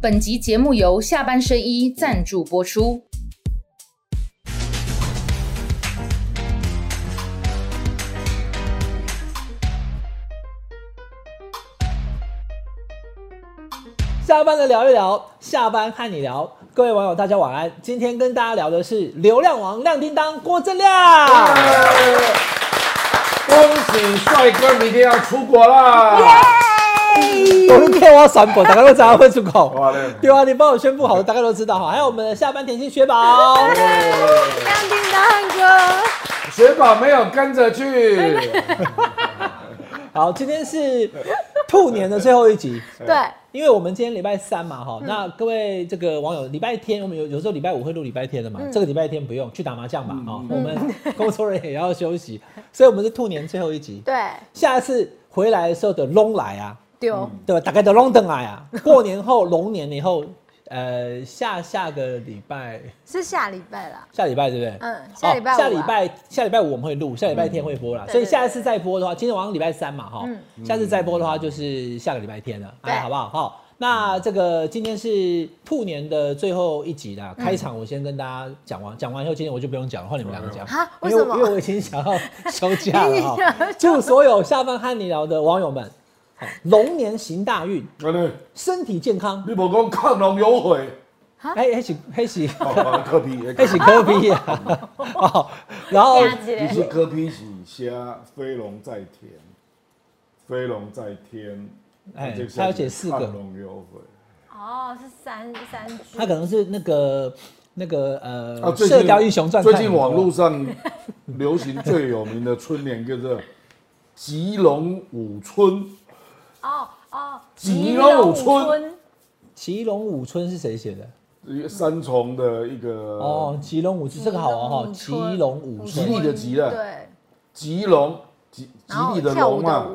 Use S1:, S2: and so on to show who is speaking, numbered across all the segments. S1: 本集节目由下半身衣赞助播出。
S2: 下班的聊一聊，下班和你聊。各位网友，大家晚安。今天跟大家聊的是流量王亮叮当郭正亮。
S3: 恭喜帅哥明天要出国啦！
S2: 我们骗我三博，大家都知道会出口。
S3: 哇嘞！
S2: 对啊，你帮我宣布好，大家都知道哈。还有我们的下班甜心雪宝，
S4: 亮叮当哥，
S3: 雪宝没有跟着去，
S2: 哎好，今天是兔年的最后一集，
S4: 对，
S2: 因为我们今天礼拜三嘛哈。那各位这个网友，礼拜天我们有有时候礼拜五会录礼拜天的嘛，这个礼拜天不用去打麻将吧哈，我们工作人也要休息，所以我们是兔年最后一集。
S4: 对，
S2: 下次回来的时候的拢来啊，
S4: 丢，
S2: 对吧？大概的拢等来啊，过年后龙年以后，呃，下下个礼拜。
S4: 是下礼拜啦。
S2: 下礼拜对不对？
S4: 嗯下礼拜
S2: 哦
S4: 五啊
S2: 下礼拜下礼拜五我们会录，下礼拜天会播啦。
S4: 对
S2: 所以
S4: 对
S2: 下一次再播的话，今天晚上礼拜三嘛，哈、
S4: 嗯
S2: 下次再播的话就是下个礼拜天了，
S4: 对
S2: 哎，好不好？好，那这个今天是兔年的最后一集啦，开场我先跟大家讲完，讲完以后今天我就不用讲了，换你们两个讲。
S4: 哈
S2: 因我
S4: 为什么
S2: 因为我已经想要休假了
S4: 你想
S2: 哈
S4: 要。
S2: 祝所有下班和你聊的网友们，好龙年行大运，
S3: 哇嘞！
S2: 身体健康。
S3: 你无讲亢龙有悔，
S2: 哎，黑喜黑喜
S3: 哦，科比，
S2: 黑喜科比啊！哦，然后
S4: 下集
S3: 你是科比是虾，飞龙在天，飞龙在天。
S2: 哎
S3: 啊
S2: 他有写四个
S3: 亢龙有悔，
S4: 哦，是三三句。
S2: 他可能是那个那个呃，
S3: 啊最近
S2: 射雕英雄传》
S3: 最
S2: 看
S3: 近
S2: 很多
S3: 网络上流行最有名的春联叫做“吉龙舞春
S4: 哦哦，
S3: 吉隆五村
S4: 村，
S2: 骑龙舞春是谁写的？”，
S3: 三重的一个
S2: 哦，骑龙舞春这个好玩哈，骑
S4: 吉隆舞
S2: 龙舞
S4: 春
S3: 吉
S2: 春
S3: 利的吉了，
S4: 对，
S3: 吉龙吉吉
S4: 然后
S3: 利的
S4: 跳舞
S3: 龙
S4: 的
S3: 啊，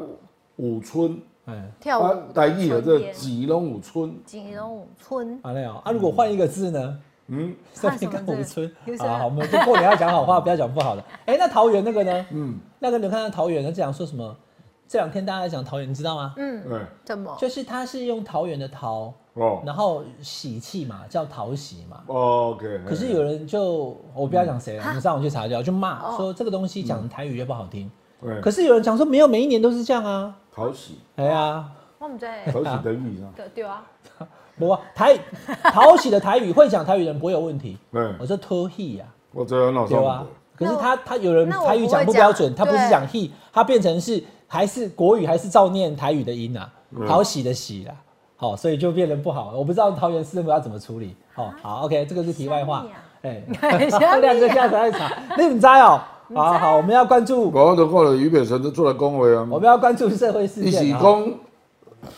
S4: 舞，
S3: 舞春
S2: 哎，
S4: 跳
S3: 啊
S4: 舞，，
S3: 台语有
S4: 春
S3: 这
S4: 天
S3: 吉龙舞春，
S4: 吉隆五村，
S2: 好嘞哦。啊，如果换一个字呢？
S3: 嗯，
S2: 上面跟舞 春
S4: 换什么字
S2: 啊，好，我们过年要讲好话，不要讲不好的。 哎，那桃园那个呢？
S3: 嗯，
S2: 那个你有看到桃园呢，讲说什么？这两天大家在讲桃园，你知道吗？
S4: 嗯，
S3: 对，
S4: 怎么？
S2: 就是它是用桃园的桃，
S3: 哎哦哦
S2: 然后喜气嘛，叫桃喜嘛。
S3: ，OK，哎
S2: 可是有人就我不要讲谁了，你上网去查就好，就骂
S4: 哦
S2: 说这个东西讲台语越不好听。
S3: 对，
S2: 可是有人讲说没有，每一年都是这样啊。
S3: 哎讨喜，
S2: 哎呀，
S4: 我们在
S3: 讨喜等 于啊，
S4: 对对啊，
S2: 不啊台讨喜的台语会讲台语的人不会有问题。
S3: 对，
S2: 我说偷 he 啊，
S3: 哎我这人老
S2: 对吧
S3: 上，
S2: 可是
S4: 那我
S2: 他他有人
S4: 那我
S2: 台语讲不
S4: 不会讲
S2: 标准，他不是
S4: 对
S2: 讲 he，他变成是还是国语还是照念台语的音啊，讨喜的喜啦。好，所以就变得不好。我不知道桃园市政府要怎么处理。哦，
S4: 啊
S2: 好，OK，这个是题外话
S4: 什么呀。
S2: 哎，
S4: 什么呀
S2: 两个家长在查，那你知哦。好好，我们要关注，
S3: 我都看了俞北辰都出来恭维啊
S2: 我，们要关注社会事
S3: 一
S2: 件
S3: 起
S2: 啊。
S3: 恭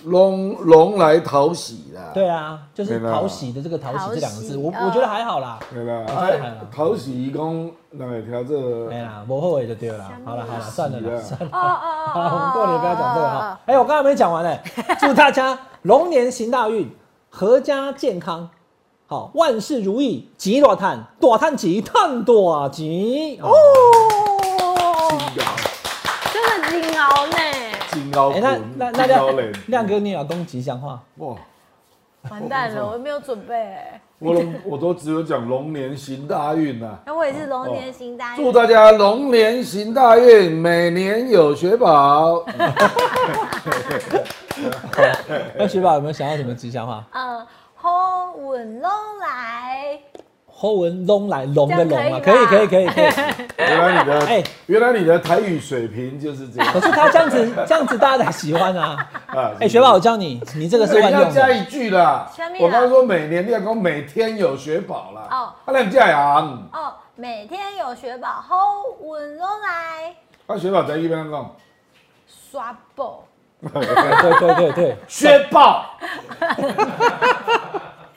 S3: 龙龙来讨喜啦，
S2: 对啊，就是
S3: 对啦
S2: 讨喜的这个讨喜这两个字，
S4: 讨喜
S2: 我
S4: 哦
S2: 我觉得还好啦。
S3: 对啦，
S2: 哎
S3: 哎，讨喜伊讲两个听
S2: 没
S3: 这
S2: 啦，不后悔就对了啦
S4: 什。么
S2: 好了好了，算了啦，
S3: 是啊
S2: 哎算了。
S4: 哦哦
S2: 好
S4: 哦，
S2: 了，我们过年不要讲这个
S4: 哦哦
S2: 哈。哎、我刚才没讲 完嘞，祝大家龙年行大运，阖家健康，好，万事如意，吉大探，大探吉，探大吉。哦，
S4: 哦，
S3: 金鳌
S4: 真的金鳌呢，
S3: 金鳌
S2: 哎、那
S3: 魂
S2: 那那
S3: 嗯金鳌
S2: 亮
S3: 脸，
S2: 亮哥，你有要攻吉祥话？
S3: 哇，
S4: 完蛋了，我没有准备哎，
S3: 我龙我都只有讲龙年行大运啊呐。
S4: 那我也是龙年行大运
S3: 祝，大家龙年行大运，每年有雪宝。
S2: 那雪宝有没有想要什么吉祥 话？
S4: 嗯，红稳龙来，
S2: 后文龙来龙的龙啊，可
S4: 这
S2: 以
S4: 样
S2: 可
S4: 可
S2: 以
S4: 以吧
S2: 可以可以。
S3: 原来你的，
S2: 哎
S3: 原来你的台语水平就是这样
S2: 可是他这样子这样子大家才喜欢啊。
S3: 啊！
S2: 哎、雪宝，我教你，你这个是万
S3: 你哎要
S2: 用
S3: 加
S2: 的。
S3: 一句啦
S4: 下。面啊
S3: 我刚刚说每年你要讲每天有雪宝啦。
S4: 哦
S3: 哦，他两加羊，
S4: 哦，每天有雪宝红稳龙来，
S3: 那雪宝在一 边讲
S4: 刷爆，
S2: 对对对对，
S3: 雪宝，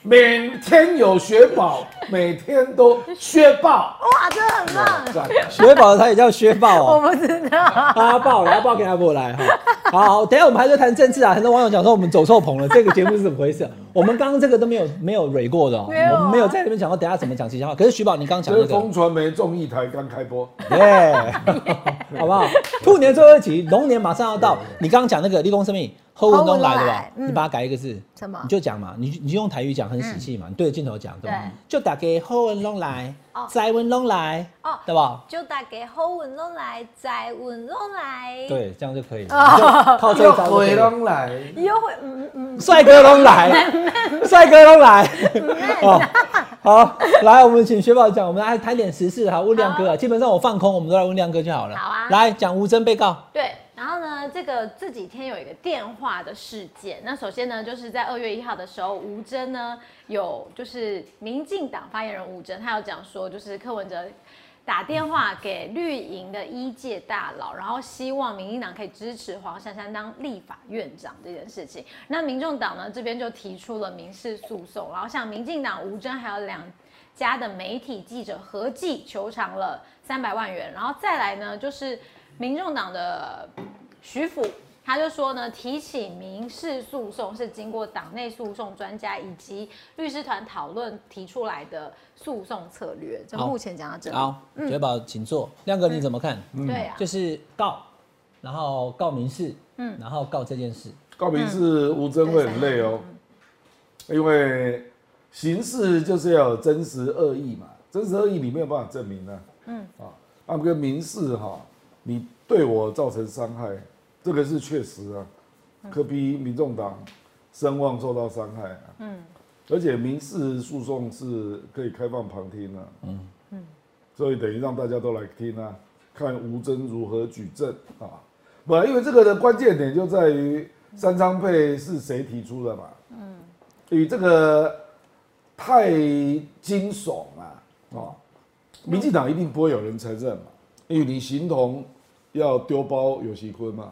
S3: 每天有雪宝，每天都雪宝。啊
S4: 哇，真的很棒，
S3: 赞
S2: 雪宝他也叫雪宝、哦。
S4: 我不知道，
S2: 阿豹来，阿豹给阿伯来哈。好好，等一下我们还是谈政治啊。很多网友讲说我们走错棚了，这个节目是怎么回事？啊我们刚刚这个都没有没有蕊过的、哦，
S4: 没有啊
S2: 我们没有在那边讲过等一下怎么讲吉祥话。可是徐宝，你刚刚讲
S3: 这
S2: 那
S3: 是
S2: 个
S3: 风，传媒综艺台刚开播，
S2: 耶，好不好？兔年最后一集，龙年马上要到，你刚刚讲那个立功生命，后文东
S4: 后文东
S2: 来的吧
S4: 来？嗯
S2: 你把它改一个字，
S4: 什么
S2: 你就讲嘛，你你就用台语讲，很喜气嘛，你对着镜头讲，对吧
S4: 对？
S2: 就打给后文东来
S4: 嗯哦，
S2: 在文东来
S4: 哦，
S2: 对吧？
S4: 就打给好运拢来，财运拢来。，
S2: 对，这样就可以了，你就靠这一招就可以
S5: 回
S2: 了。
S5: 拢来，
S4: 又会嗯嗯，
S2: 帅哥都来， 帅哥都来。哦，好，来，我们请雪宝讲，我们来谈点时事哈。问亮哥啊，基本上我放空，我们都来问亮哥就好了。
S4: 好啊
S2: 来讲吴征被告，
S6: 对，然后呢，这个这几天有一个电话的事件。那首先呢，就是在二月一号的时候，吴征呢有就是民进党发言人吴征，他有讲说，就是柯文哲打电话给绿营的一届大佬，然后希望民进党可以支持黄珊珊当立法院长这件事情。那民众党呢这边就提出了民事诉讼，然后像民进党吴征还有两家的媒体记者合计求偿了三百万元，然后再来呢就是民众党的徐府。他就说呢，提起民事诉讼是经过党内诉讼专家以及律师团讨论提出来的诉讼策略。就
S2: 好
S6: 目前讲到这里。
S2: 好，雪宝请坐。亮哥你怎么看？
S4: 嗯
S6: 对啊，
S2: 就是告，然后告民事，嗯，然后告这件事。
S3: 告民事吴征会很累哦，因为刑事就是要有真实恶意嘛，真实恶意你没有办法证明啊。嗯啊，那么跟民事哈、你对我造成伤害，这个是确实啊，可比民众党声望受到伤害啊。嗯，而且民事诉讼是可以开放旁听啊。嗯嗯，所以等于让大家都来听啊，看吴征如何举证啊。不，因为这个的关键点就在于三张配是谁提出的嘛。嗯，与这个太惊悚了哦，民进党一定不会有人承认嘛，因为你形同要丢包有喜坤嘛，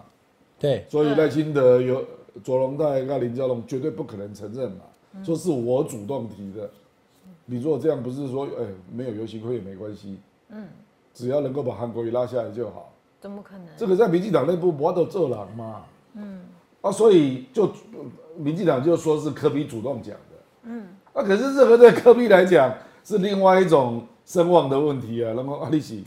S2: 对，
S3: 所以赖清德有左龙泰跟林佳龙绝对不可能承认嘛，说是我主动提的。你如果这样，不是说哎、没有游行会也没关系，嗯，只要能够把韩国瑜拉下来就好。
S6: 怎么可能？
S3: 这个在民进党内部不都做狼嘛，嗯，啊，所以就呃民进党就说是科比主动讲的，嗯，啊，可是这个对科比来讲是另外一种声望的问题啊，然后阿里喜，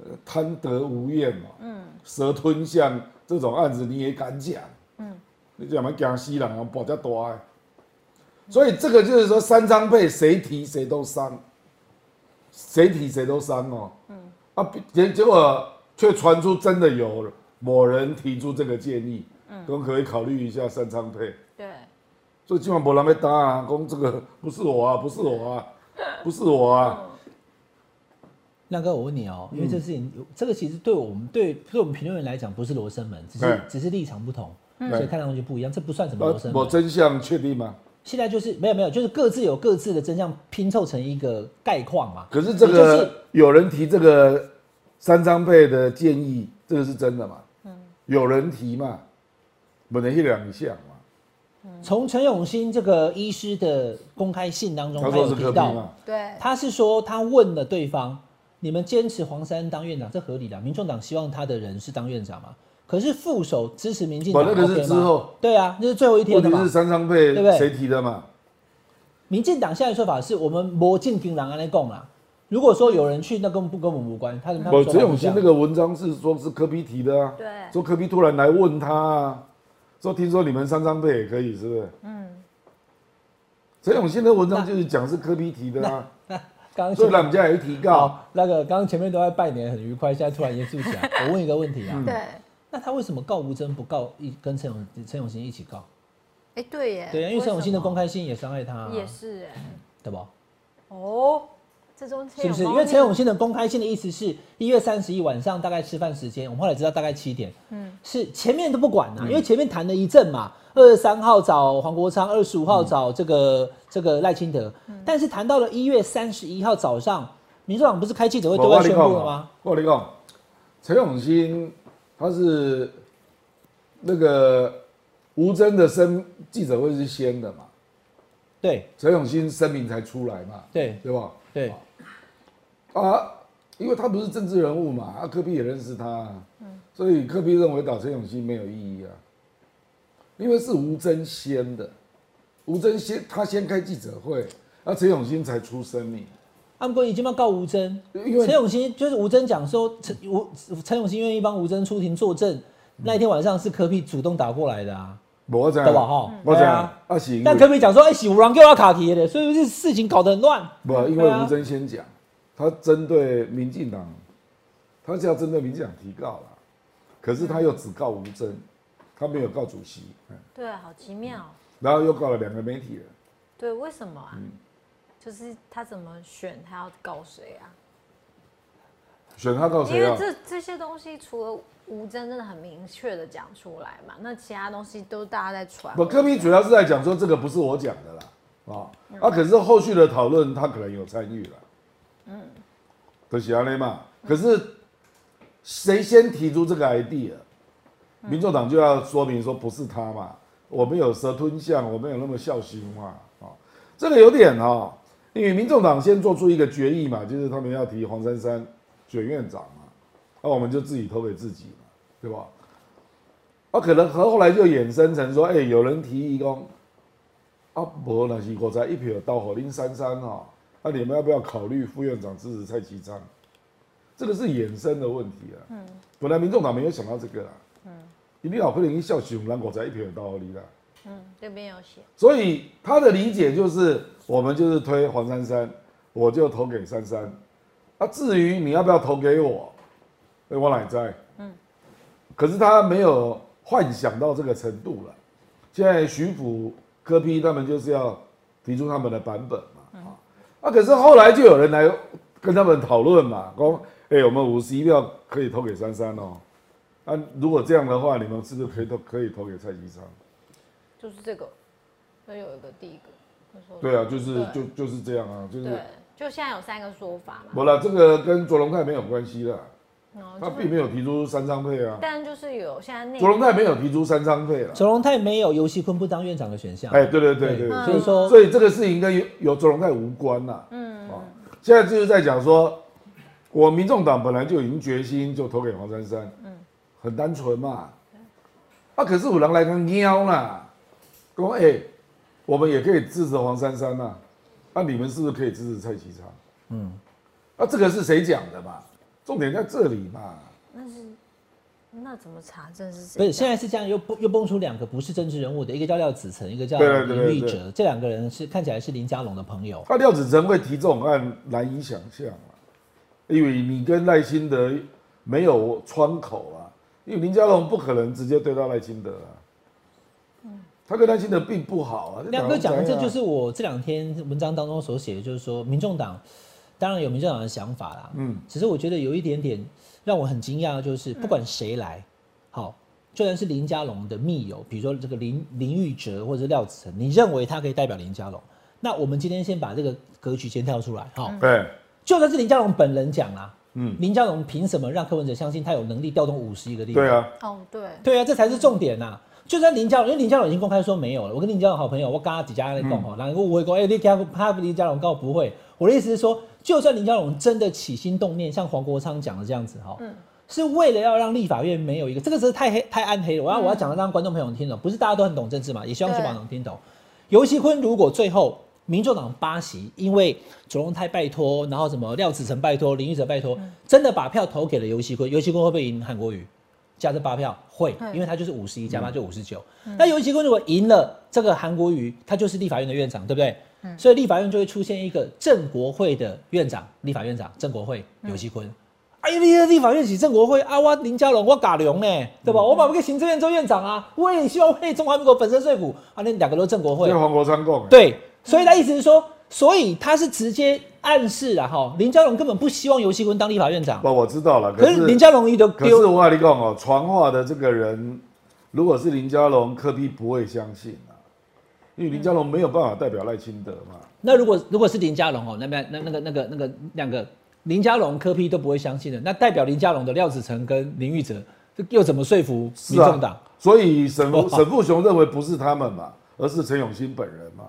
S3: 呃，贪得无厌嘛，嗯，蛇吞象这种案子你也敢讲，嗯，你讲嘛讲西人啊，保家多哎，所以这个就是说三张被谁提谁都伤，谁提谁都伤哦，啊，结结果却传出真的有某人提出这个建议，嗯，可不可以考虑一下三仓配？
S6: 对。
S3: 所以今晚没人被搭啊，公这个不是我啊，不是我 啊，不是我啊，
S2: 亮哥，我问你哦、因为这事情，这个其实对我们对对我们评论员来讲不是罗生门，只是
S3: 对
S2: 只是立场不同，
S3: 嗯
S2: 所以看上去不一样，这不算什么
S3: 那
S2: 罗生
S3: 我
S2: 门。
S3: 真相确定吗？
S2: 现在就是没有没有，就是各自有各自的真相拼凑成一个概况嘛。
S3: 可是这
S2: 就是
S3: 个有人提这个三张配的建议，这个是真的嘛？嗯，有人提嘛，不能一两一项嘛，
S2: 从陈永新这个医师的公开信当中，
S3: 他
S2: 他
S3: 说
S2: 有
S3: 是科
S2: 提
S3: 比
S2: 到
S3: 嘛，，
S4: 对，
S2: 他是说他问了对方，你们坚持黄珊当院长，这合理的。民众党希望他的人是当院长嘛？可是副手支持民进党
S3: 不哦那个是
S2: OK 吗
S3: 之后
S2: 对啊，那是最后一天
S3: 问
S2: 的
S3: 题
S2: 嘛
S3: 是。三张配
S2: 对不对
S3: 谁提的嘛？
S2: 民进党现在的说法是我们魔进槟榔安来供啦。如果说有人去，那跟不跟我们无关。他他
S3: 我
S2: 们
S3: 陈永新那
S2: 个
S3: 个文章是说是科比提的啊，
S4: 对
S3: 说科比突然来问他啊，说听说你们三张配也可以，是不是？嗯。陈永新的文章就是讲是科比提的啊，
S2: 刚刚
S3: 所以
S2: 前
S3: 来
S2: 面
S3: 我们家有提告，
S2: 好那个刚刚前面都在拜年很愉快，现在突然严肃起 来。我问一个问题啊，
S6: 对，
S2: 那他为什么告吴征不告一跟陈永陈永新一起告？
S4: 哎，对耶，
S2: 对啊，因为陈永新的
S4: 为什
S2: 公开信也伤害他、啊，
S6: 也是哎、
S2: 对吧？
S4: 么哦，这中间
S2: 是不是？因为陈永新的公开信的意思是一月三十一晚上大概吃饭时间，我们后来知道大概七点，嗯，是前面都不管啊啦、因为前面谈了一阵嘛，二十三号找黄国昌，二十五号找这个、这个赖清德，但是谈到了一月三十一号早上，民主党不是开记者会对外
S3: 跟
S2: 宣
S3: 你
S2: 布
S3: 讲
S2: 了吗
S3: 啊？？我跟你讲，陈永新他是那个吴征的声记者会是先的嘛，
S2: 对
S3: 陈永新声明才出来嘛，
S2: 对
S3: 对吧？
S2: 对，
S3: 啊，因为他不是政治人物嘛，啊，科比也认识他、啊，
S4: 嗯
S3: 所以科比认为打陈永新没有意义啊，因为是吴征先的，吴征先他先开记者会，啊，陈永新才出声明，
S2: 他们已经要告吴征，
S3: 因为
S2: 陈永新就是吴征讲说陈
S3: 嗯
S2: 吴陈永新愿意帮吴征出庭作证，那一天晚上是柯比主动打过来的啊。
S3: 我这
S2: 对吧？哈，
S3: 我这
S2: 对
S3: 样
S2: 啊。
S3: 啊行，
S2: 但可不可以讲说，哎，喜五郎给我卡题的，所以这事情搞得很乱。
S3: 不，因
S2: 对
S3: 为
S2: 啊
S3: 吴征先讲，他针对民进党，他是要针对民进党提告了，可是他又只告吴征，他没有告主席，嗯
S4: 对，啊好奇妙。
S3: 然后又告了两个媒体人，
S4: 对，为什么啊？
S2: 嗯
S4: 就是他怎么选，他要告谁啊？
S3: 选他告
S4: 因
S3: 谁
S4: 为
S3: 啊？
S4: 这这些东西除了吴真真的很明确的讲出来嘛，那其他东西都大家在传。
S3: 不，柯比主要是在讲说这个不是我讲的啦，啊、啊，可是后续的讨论他可能有参与了，嗯，就是安尼嘛。可是谁先提出这个 idea，、民众党就要说明说不是他嘛，我们有蛇吞象，我们有那么孝心嘛，啊、这个有点哈、哦，因为民众党先做出一个决议嘛，就是他们要提黄珊珊选院长嘛，那、我们就自己投给自己嘛，对吧？啊，可能和后来就衍生成说，哎、有人提议讲，啊，无那是我在一票到火林珊珊哦，那、你们要不要考虑副院长支持蔡其昌？这个是衍生的问题啊。嗯，本来民众党没有想到这个啦。嗯，一定老可能一笑熊，让我在一票到火林啦。
S4: 嗯，这边有写。
S3: 所以他的理解就是，我们就是推黄珊珊，我就投给珊珊。啊，至于你要不要投给我，哎我哪在？嗯。可是他没有幻想到这个程度了。现在徐府、柯批他们就是要提出他们的版本嘛。啊，啊可是后来就有人来跟他们讨论嘛，说，哎、我们五十一票可以投给珊珊哦。啊，如果这样的话，你们是不是可以投可以投给蔡其昌？
S6: 就是这个，就有一个第一个，他说
S3: 对啊，就是
S6: 对
S3: 就就是这样啊，就是
S6: 对，就现在有三个说法嘛，
S3: 不了，这个跟卓龙泰没有关系啦，
S6: 然后
S3: 他
S6: 就是
S3: 并没有提出三张配啊，
S6: 哦但就是有现在内
S3: 卓龙泰没有提出三张配啦。
S2: 陈龙泰没有游戏坤不当院长的选项。
S3: 哎，对对对
S6: 嗯
S3: 对，
S2: 所以说
S3: 所以这个事情跟有有卓龙泰无关呐。嗯，啊，现在就是在讲说，我民众党本来就已经决心就投给黄珊珊，嗯，很单纯嘛。啊，可是有人来跟喵啦，讲哎、我们也可以支持黄珊珊呐、那、你们是不是可以支持蔡其昌？嗯，啊，这个是谁讲的嘛？重点在这里嘛。
S4: 那怎么查证是
S2: 不
S4: 谁
S2: 是，？现在是这样，又蹦又蹦出两个不是政治人物的，一个叫廖子成，一个叫
S3: 对对对
S2: 林玉
S3: 对
S2: 哲，这两个人是看起来是林佳龙的朋友。
S3: 那廖子成会提这种案，难以想象啊，因为你跟赖清德没有窗口啊，因为林佳龙不可能直接对到赖清德啊，他跟赖清德并不好啊。
S2: 亮哥讲的，
S3: 这
S2: 这
S3: 样
S2: 就是我这两天文章当中所写的，就是说，民众党当然有民众党的想法啦，嗯
S3: 嗯，
S2: 只是我觉得有一点点让我很惊讶的就是，不管谁来，好，就算是林佳龙的密友，比如说这个林林玉哲或者是廖子成，你认为他可以代表林佳龙，那我们今天先把这个格局先跳出来，好，
S3: 对，
S2: 就算是林佳龙本人讲啦，嗯
S3: 嗯，
S2: 林佳龙凭什么让柯文哲相信他有能力调动五十亿个力量？
S3: 对啊，
S4: 哦，对，
S2: 对啊，这才是重点呐、就算林佳龙，因为林佳龙已经公开说没有了。我跟林佳龙好朋友，我跟他几家来共吼，然后我会说，哎、你给他怕林佳龙告不会。我的意思是说，就算林佳龙真的起心动念，像黄国昌讲的这样子哈，是为了要让立法院没有一个，这个真是太黑太暗黑了。我要、我要讲的让观众朋友听懂，不是大家都很懂政治嘛，也希望全
S4: 对
S2: 网能听懂。尤熙坤如果最后民众党八席，因为左荣泰拜托，然后什么廖子成拜托，林育哲拜托，真的把票投给了尤熙坤，尤熙坤会不会赢韩国瑜？加这八票会，因为他就是五十一加
S3: 嗯
S2: 八就五十九。那尤熙坤如果赢了这个韩国瑜，他就是立法院的院长，对不对？所以立法院就会出现一个郑国会的院长，立法院长郑国会尤熙坤。哎，你的立法院是郑国会啊，我林佳龙，我嘎龙呢，对
S3: 嗯
S2: 吧？我把我给行政院做院长啊，我也希望为中华民国本身说服啊，那两个都郑国会
S3: 这。黄国昌共，
S2: 对，所以他意思是说，所以他是直接暗示了哈，林佳龙根本不希望游戏坤当立法院长，
S3: 不，我知道了。
S2: 可
S3: 可
S2: 是
S3: 是
S2: 林佳龙一都
S3: 可是
S2: 丢，
S3: 我跟你讲哦，传话的这个人，如果是林佳龙，柯批不会相信啊，因为林佳龙没有办法代表赖清德嘛。
S2: 那如果如果是林佳龙哦，那边那那个那个那个两个林佳龙柯批都不会相信的，那代表林佳龙的廖子成跟林玉哲，这又怎么说服
S3: 是
S2: 民
S3: 啊
S2: 众党？
S3: 所以沈 富沈富雄认为不是他们嘛，而是陈永新本人 嘛，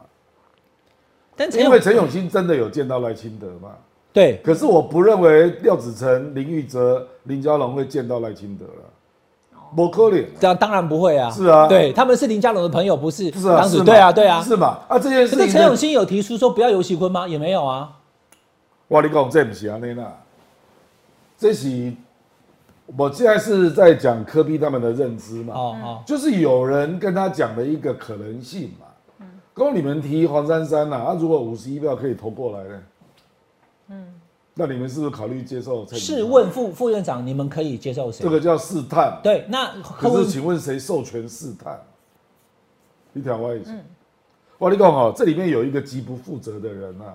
S2: 但陈
S3: 因
S2: 永
S3: 为陈永新真的有见到赖清德嘛。
S2: 对
S3: 可是我不认为廖子成、林玉哲、林佳龙会见到赖清德了，不可能啊。
S2: 这样当然不会啊，
S3: 是啊
S2: 对他们是林佳龙的朋友，不是
S3: 是啊，
S2: 党
S3: 是
S2: 主
S3: 嘛
S2: 对啊对啊。
S3: 是嘛？啊，这件事
S2: 可是
S3: 情
S2: 陈永新有提出说不要游戏坤吗？也没有啊。
S3: 我跟你讲这不是安尼啦，这是我现在是在讲科比他们的认知嘛，
S2: 哦哦，
S3: 就是有人跟他讲的一个可能性嘛。跟你们提黄珊珊呐、啊，如果五十一票可以投过来呢？嗯，那你们是不是考虑接受蔡英文？
S2: 试问副副院长，你们可以接受谁
S3: 啊这？个叫试探，
S2: 对，那柯
S3: 可
S2: 文
S3: 是请问谁授权试探？你条外嗯，我跟你讲哦，这里面有一个极不负责的人啊，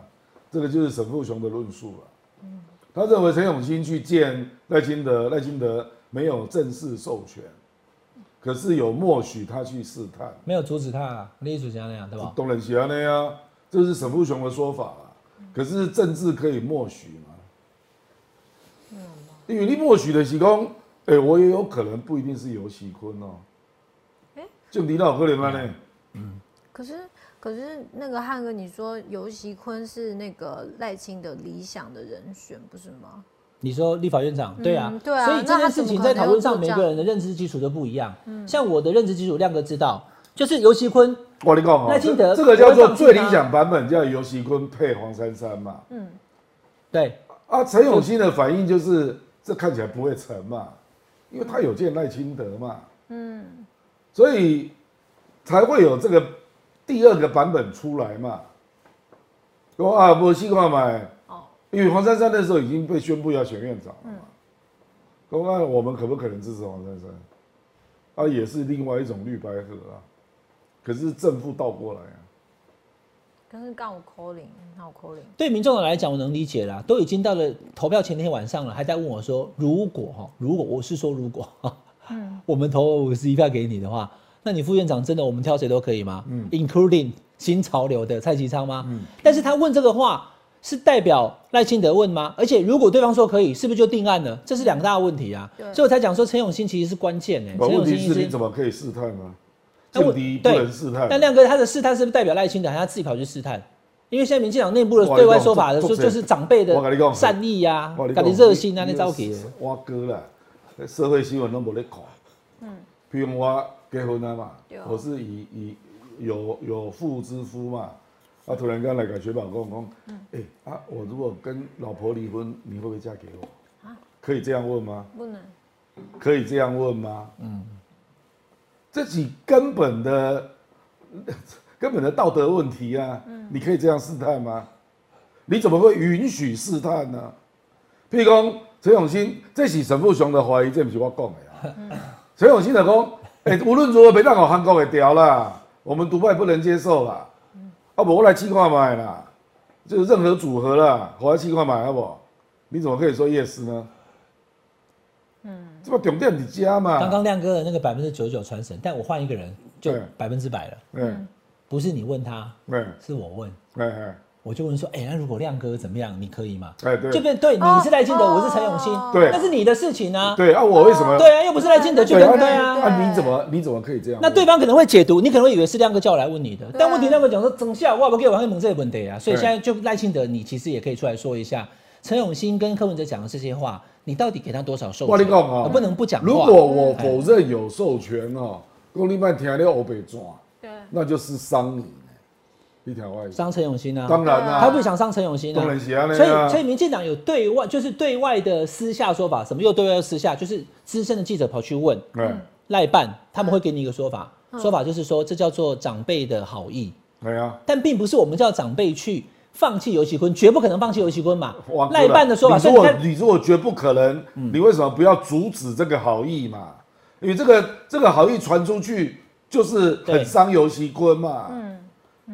S3: 这个就是沈富雄的论述了、啊他认为陈永新去见赖清德，赖清德没有正式授权，可是有默许他去试探。
S2: 没有阻止他啊，立主席那样对吧？
S3: 东人喜欢的呀，这是沈富雄的说法啦。可是政治可以默许吗？因为你默许的是讲，哎、我也有可能不一定是游戏坤哦。
S2: 欸
S4: 诶
S3: 就你老可怜了呢，
S4: 可是可是那个汉哥，你说尤习坤是那个赖清的理想的人选，不是吗？
S2: 你说立法院长，对啊，
S4: 对啊
S2: 所以这
S4: 那他
S2: 件事
S4: 怎么
S2: 情
S4: 可
S2: 在
S4: 能
S2: 讨
S4: 又
S2: 论上，
S4: 做
S2: 每
S4: 这
S2: 个
S4: 样
S2: 人
S4: 嗯
S2: 的认知基础都不一样。像我的认知基础，亮哥知道，就是尤其坤
S3: 我跟你讲哦，
S2: 赖清德
S3: 这这个叫
S2: 不会
S3: 做
S2: 放弃
S3: 最理
S2: 他
S3: 想版本，叫游戏坤配黄珊珊嘛。
S2: 对
S3: 啊，陈永新的反应就是这看起来不会成嘛，因为他有见赖清德嘛，嗯，所以才会有这个第二个版本出来嘛。说啊，我希望买，
S2: 哦
S3: 因为黄珊珊那时候已经被宣布要选院长了嘛。
S2: 嗯
S3: 说那我们可不可能支持黄珊珊？啊，也是另外一种绿白合啊，可是正负倒过来啊。
S4: 可是刚我 calling，那我 calling，
S2: 对，民众党来讲，我能理解啦，都已经到了投票前天晚上了，还在问我说，如果哈，如果我是说如果， 我们投五十一票给你的话，那你副院长真的我们挑谁都可以吗？嗯，including 新潮流的蔡其昌吗？
S3: 嗯
S2: 但是他问这个话是代表赖清德问吗？而且如果对方说可以，是不是就定案了？这是两大问题啊，
S4: 对
S2: 所以我才讲说陈永新其实是关键呢、陈
S3: 问
S2: 永
S3: 题
S2: 新
S3: 是
S2: 已
S3: 你
S2: 经
S3: 怎么可以试探呢、
S2: 那我
S3: 政敌不能试探。啊
S2: 但亮哥他的试探是不是代表赖清德，还是他自己跑去试探？因为现在民进党内部的对外说法的
S3: 我
S2: 说，
S3: 跟你讲
S2: 就是长辈的
S3: 我跟你讲
S2: 善意呀、
S3: 我
S2: 啊
S3: 跟，哦你
S2: 感
S3: 讲
S2: 觉热心啊，那招
S3: 你
S2: 给
S3: 是。我哥啦，社会新闻都无咧看。嗯，譬如我结婚了嘛
S4: 对，
S3: 我是以以有有妇之夫嘛，啊，突然间来个雪宝跟我讲，哎、啊，我如果跟老婆离婚，你会不会嫁给我？可以这样问吗？
S4: 不能。
S3: 可以这样问吗？嗯，这起根本的 根本的道德问题啊！
S2: 嗯
S3: 你可以这样试探吗？你怎么会允许试探呢、譬如讲陈永新，这是沈富雄的怀疑，这不是我讲
S2: 嗯
S3: 的啊。陈永新就讲，哎、无论如何别让我韩国给掉啦，我们独派不能接受啦。
S2: 嗯
S3: 啊，不，我来试看买啦，就是任何组合啦，我来试看买好不好？你怎么可以说 yes 呢？嗯，这不重点你家嘛？
S2: 刚刚亮哥的那个百分之九十九传神，但我换一个人就
S3: 对
S2: 百分之百了。
S3: 嗯，
S2: 不是你问他，
S3: 嗯，
S2: 是我问，
S3: 哎哎
S2: 我就问说，哎、那如果亮哥怎么样，你可以吗？
S3: 哎，对
S2: 就变对，你是赖清德，我是陈永新，
S3: 对
S2: 那是你的事情啊。
S3: 对啊，我为什么？
S2: 对啊，又不是赖清德，就不用对
S4: 对
S2: 啊。
S3: 啊，你怎么你怎么可以这样问？
S2: 那对方可能会解读，你可能会以为是亮哥叫我来问你的，但问题亮哥讲说，整下我不给王黑蒙这个问题啊，所以
S3: 啊对
S2: 现在就赖清德，你其实也可以出来说一下，陈永新跟柯文哲讲的这些话，你到底给他多少授
S3: 我
S2: 权？
S3: 跟你讲哦
S2: 我不能不讲话。
S3: 如果我否认有授权哦，公立办听了欧北抓，
S4: 对，
S3: 那就是伤你呢，一条外。
S2: 伤陈永新啊，
S3: 当然啦、
S2: 他不想伤陈永新
S3: 当然
S2: 啊。
S3: 是啊，
S2: 所以，所以民进党有对外，就是对外的私下说法，什么又对外又私下，就是资深的记者跑去问
S3: 哎
S2: 赖办，他们会给你一个说法，
S3: 嗯
S2: 说法就是说这叫做长辈的好意。
S3: 哎呀，
S2: 但并不是我们叫长辈去放弃尤其坤，绝不可能放弃尤其坤嘛
S3: 哇。
S2: 赖办的说法，
S3: 你
S2: 所以
S3: 如
S2: 你
S3: 果
S2: 看嗯
S3: 你如果绝不可能，你为什么不要阻止这个好意嘛？因为这个这个好意传出去，就是
S2: 对
S3: 很伤尤其坤嘛。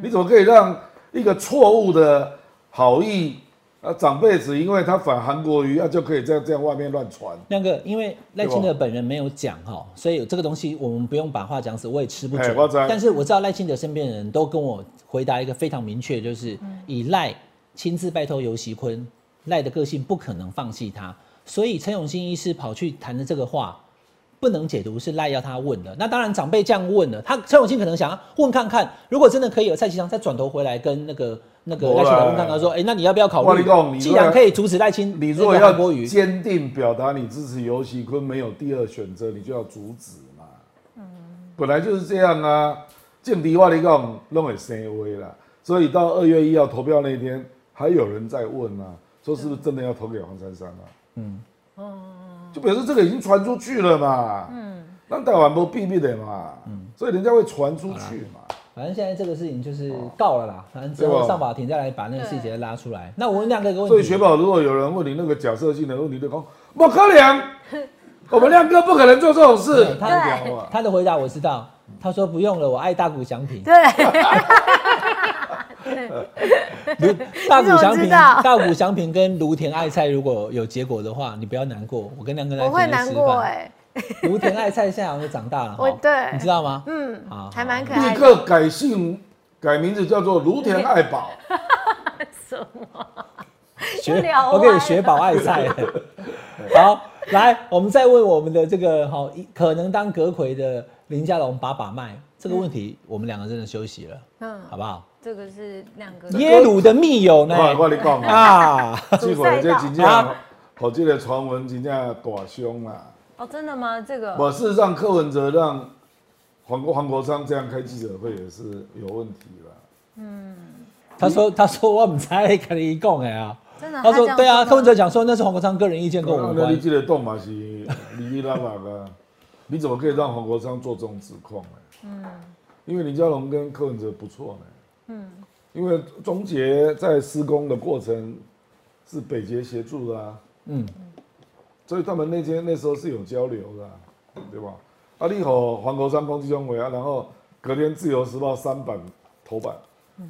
S3: 你怎么可以让一个错误的好意啊长辈只因为他反韩国瑜啊就可以这样这样外面乱传？
S2: 亮哥，因为赖清德本人没有讲哈，所以这个东西我们不用把话讲死，我也吃不
S3: 哎
S2: 准
S3: 我知。
S2: 但是我知道赖清德身边的人都跟我回答一个非常明确，就是
S3: 嗯
S2: 以赖亲自拜托尤其坤，赖的个性不可能放弃他，所以陈永新医师跑去谈的这个话。不能解读是赖要他问的。那当然，长辈这样问了，他陈永新可能想要问看看，如果真的可以有啊蔡其昌，再转头回来跟那个那个赖
S3: 没啦
S2: 清德问看看说，哎、那你要不要考
S3: 我跟
S2: 虑
S3: 你讲？你
S2: 既
S3: 如果
S2: 然可以阻止赖清，
S3: 你如果
S2: 那个
S3: 要
S2: 韩国瑜
S3: 坚定表达你支持尤其坤，没有第二选择，你就要阻止嘛。本来就是这样啊。劲敌话你讲弄会生威啦，所以到二月一要投票那天，还有人在问啊，说是不是真的要投给黄珊珊啊？嗯，就表示这个已经传出去了嘛。嗯，那台湾不避避的嘛，所以人家会传出去嘛。
S2: 反正现在这个事情就是
S3: 哦
S2: 告了啦，反正之后上法庭再来把那个细节拉出来。那我问亮哥一个问
S3: 所以
S2: 题，
S3: 雪宝，如果有人问你那个假设性的问题，就讲莫可能，我们亮哥不可能做这种事。
S2: 他
S3: 太屌了
S2: 他的回答我知道，他说不用了，我爱大谷翔平。
S4: 对，
S2: 大谷翔
S4: 你怎么
S2: 平，
S4: 知道
S2: 大谷翔平跟芦田爱菜如果有结果的话，你不要难过，我跟亮哥在一
S4: 我
S2: 起去
S4: 会
S2: 吃
S4: 难过
S2: 饭
S4: 哎、
S2: 芦田爱菜现在好像长大了
S4: 我
S2: 哈，
S4: 对
S2: 你知道 吗？
S4: 嗯
S2: 好好，
S4: 还蛮可爱
S3: 立
S4: 的。
S3: 刻改姓，改名字叫做芦田爱宝。
S6: 又
S2: 学
S6: 聊歪了
S2: 我给你学宝爱 菜。好，来，我们再问我们的这个好一可能当阁魁的林佳龙把把脉这个问题，我们两个真的休息了，
S4: 嗯，
S2: 好不好？
S6: 这个是两个
S2: 耶鲁的密友呢？
S3: 我我跟你讲啊，
S2: 啊，
S3: 这个这真正
S2: 啊，
S3: 我这个传闻真正大凶啦。
S6: 哦，真的吗？这
S4: 啊
S6: 个
S3: 我事实上，柯文哲让黄国黄国昌这样开记者会也是有问题啦。
S2: 他说他说我们才跟你讲的啊。
S4: 真的。
S2: 他
S4: 这
S2: 说
S4: 样
S2: 对啊，
S4: 真的哦
S2: 柯文哲讲说那是黄国昌个人意见跟我无
S3: 那你
S2: 关。
S3: 这个动嘛是你拉拉啊，你怎么可以让黄国昌做这种指控呢？嗯，因为林佳龙跟柯文哲不错呢。嗯，因为中捷在施工的过程是北捷协助的啊。
S2: 嗯，
S3: 所以他们那天那时候是有交流的啊、对吧？啊，你和黄国昌攻击胸围啊，然后隔天《自由时报》三版头版，嗯，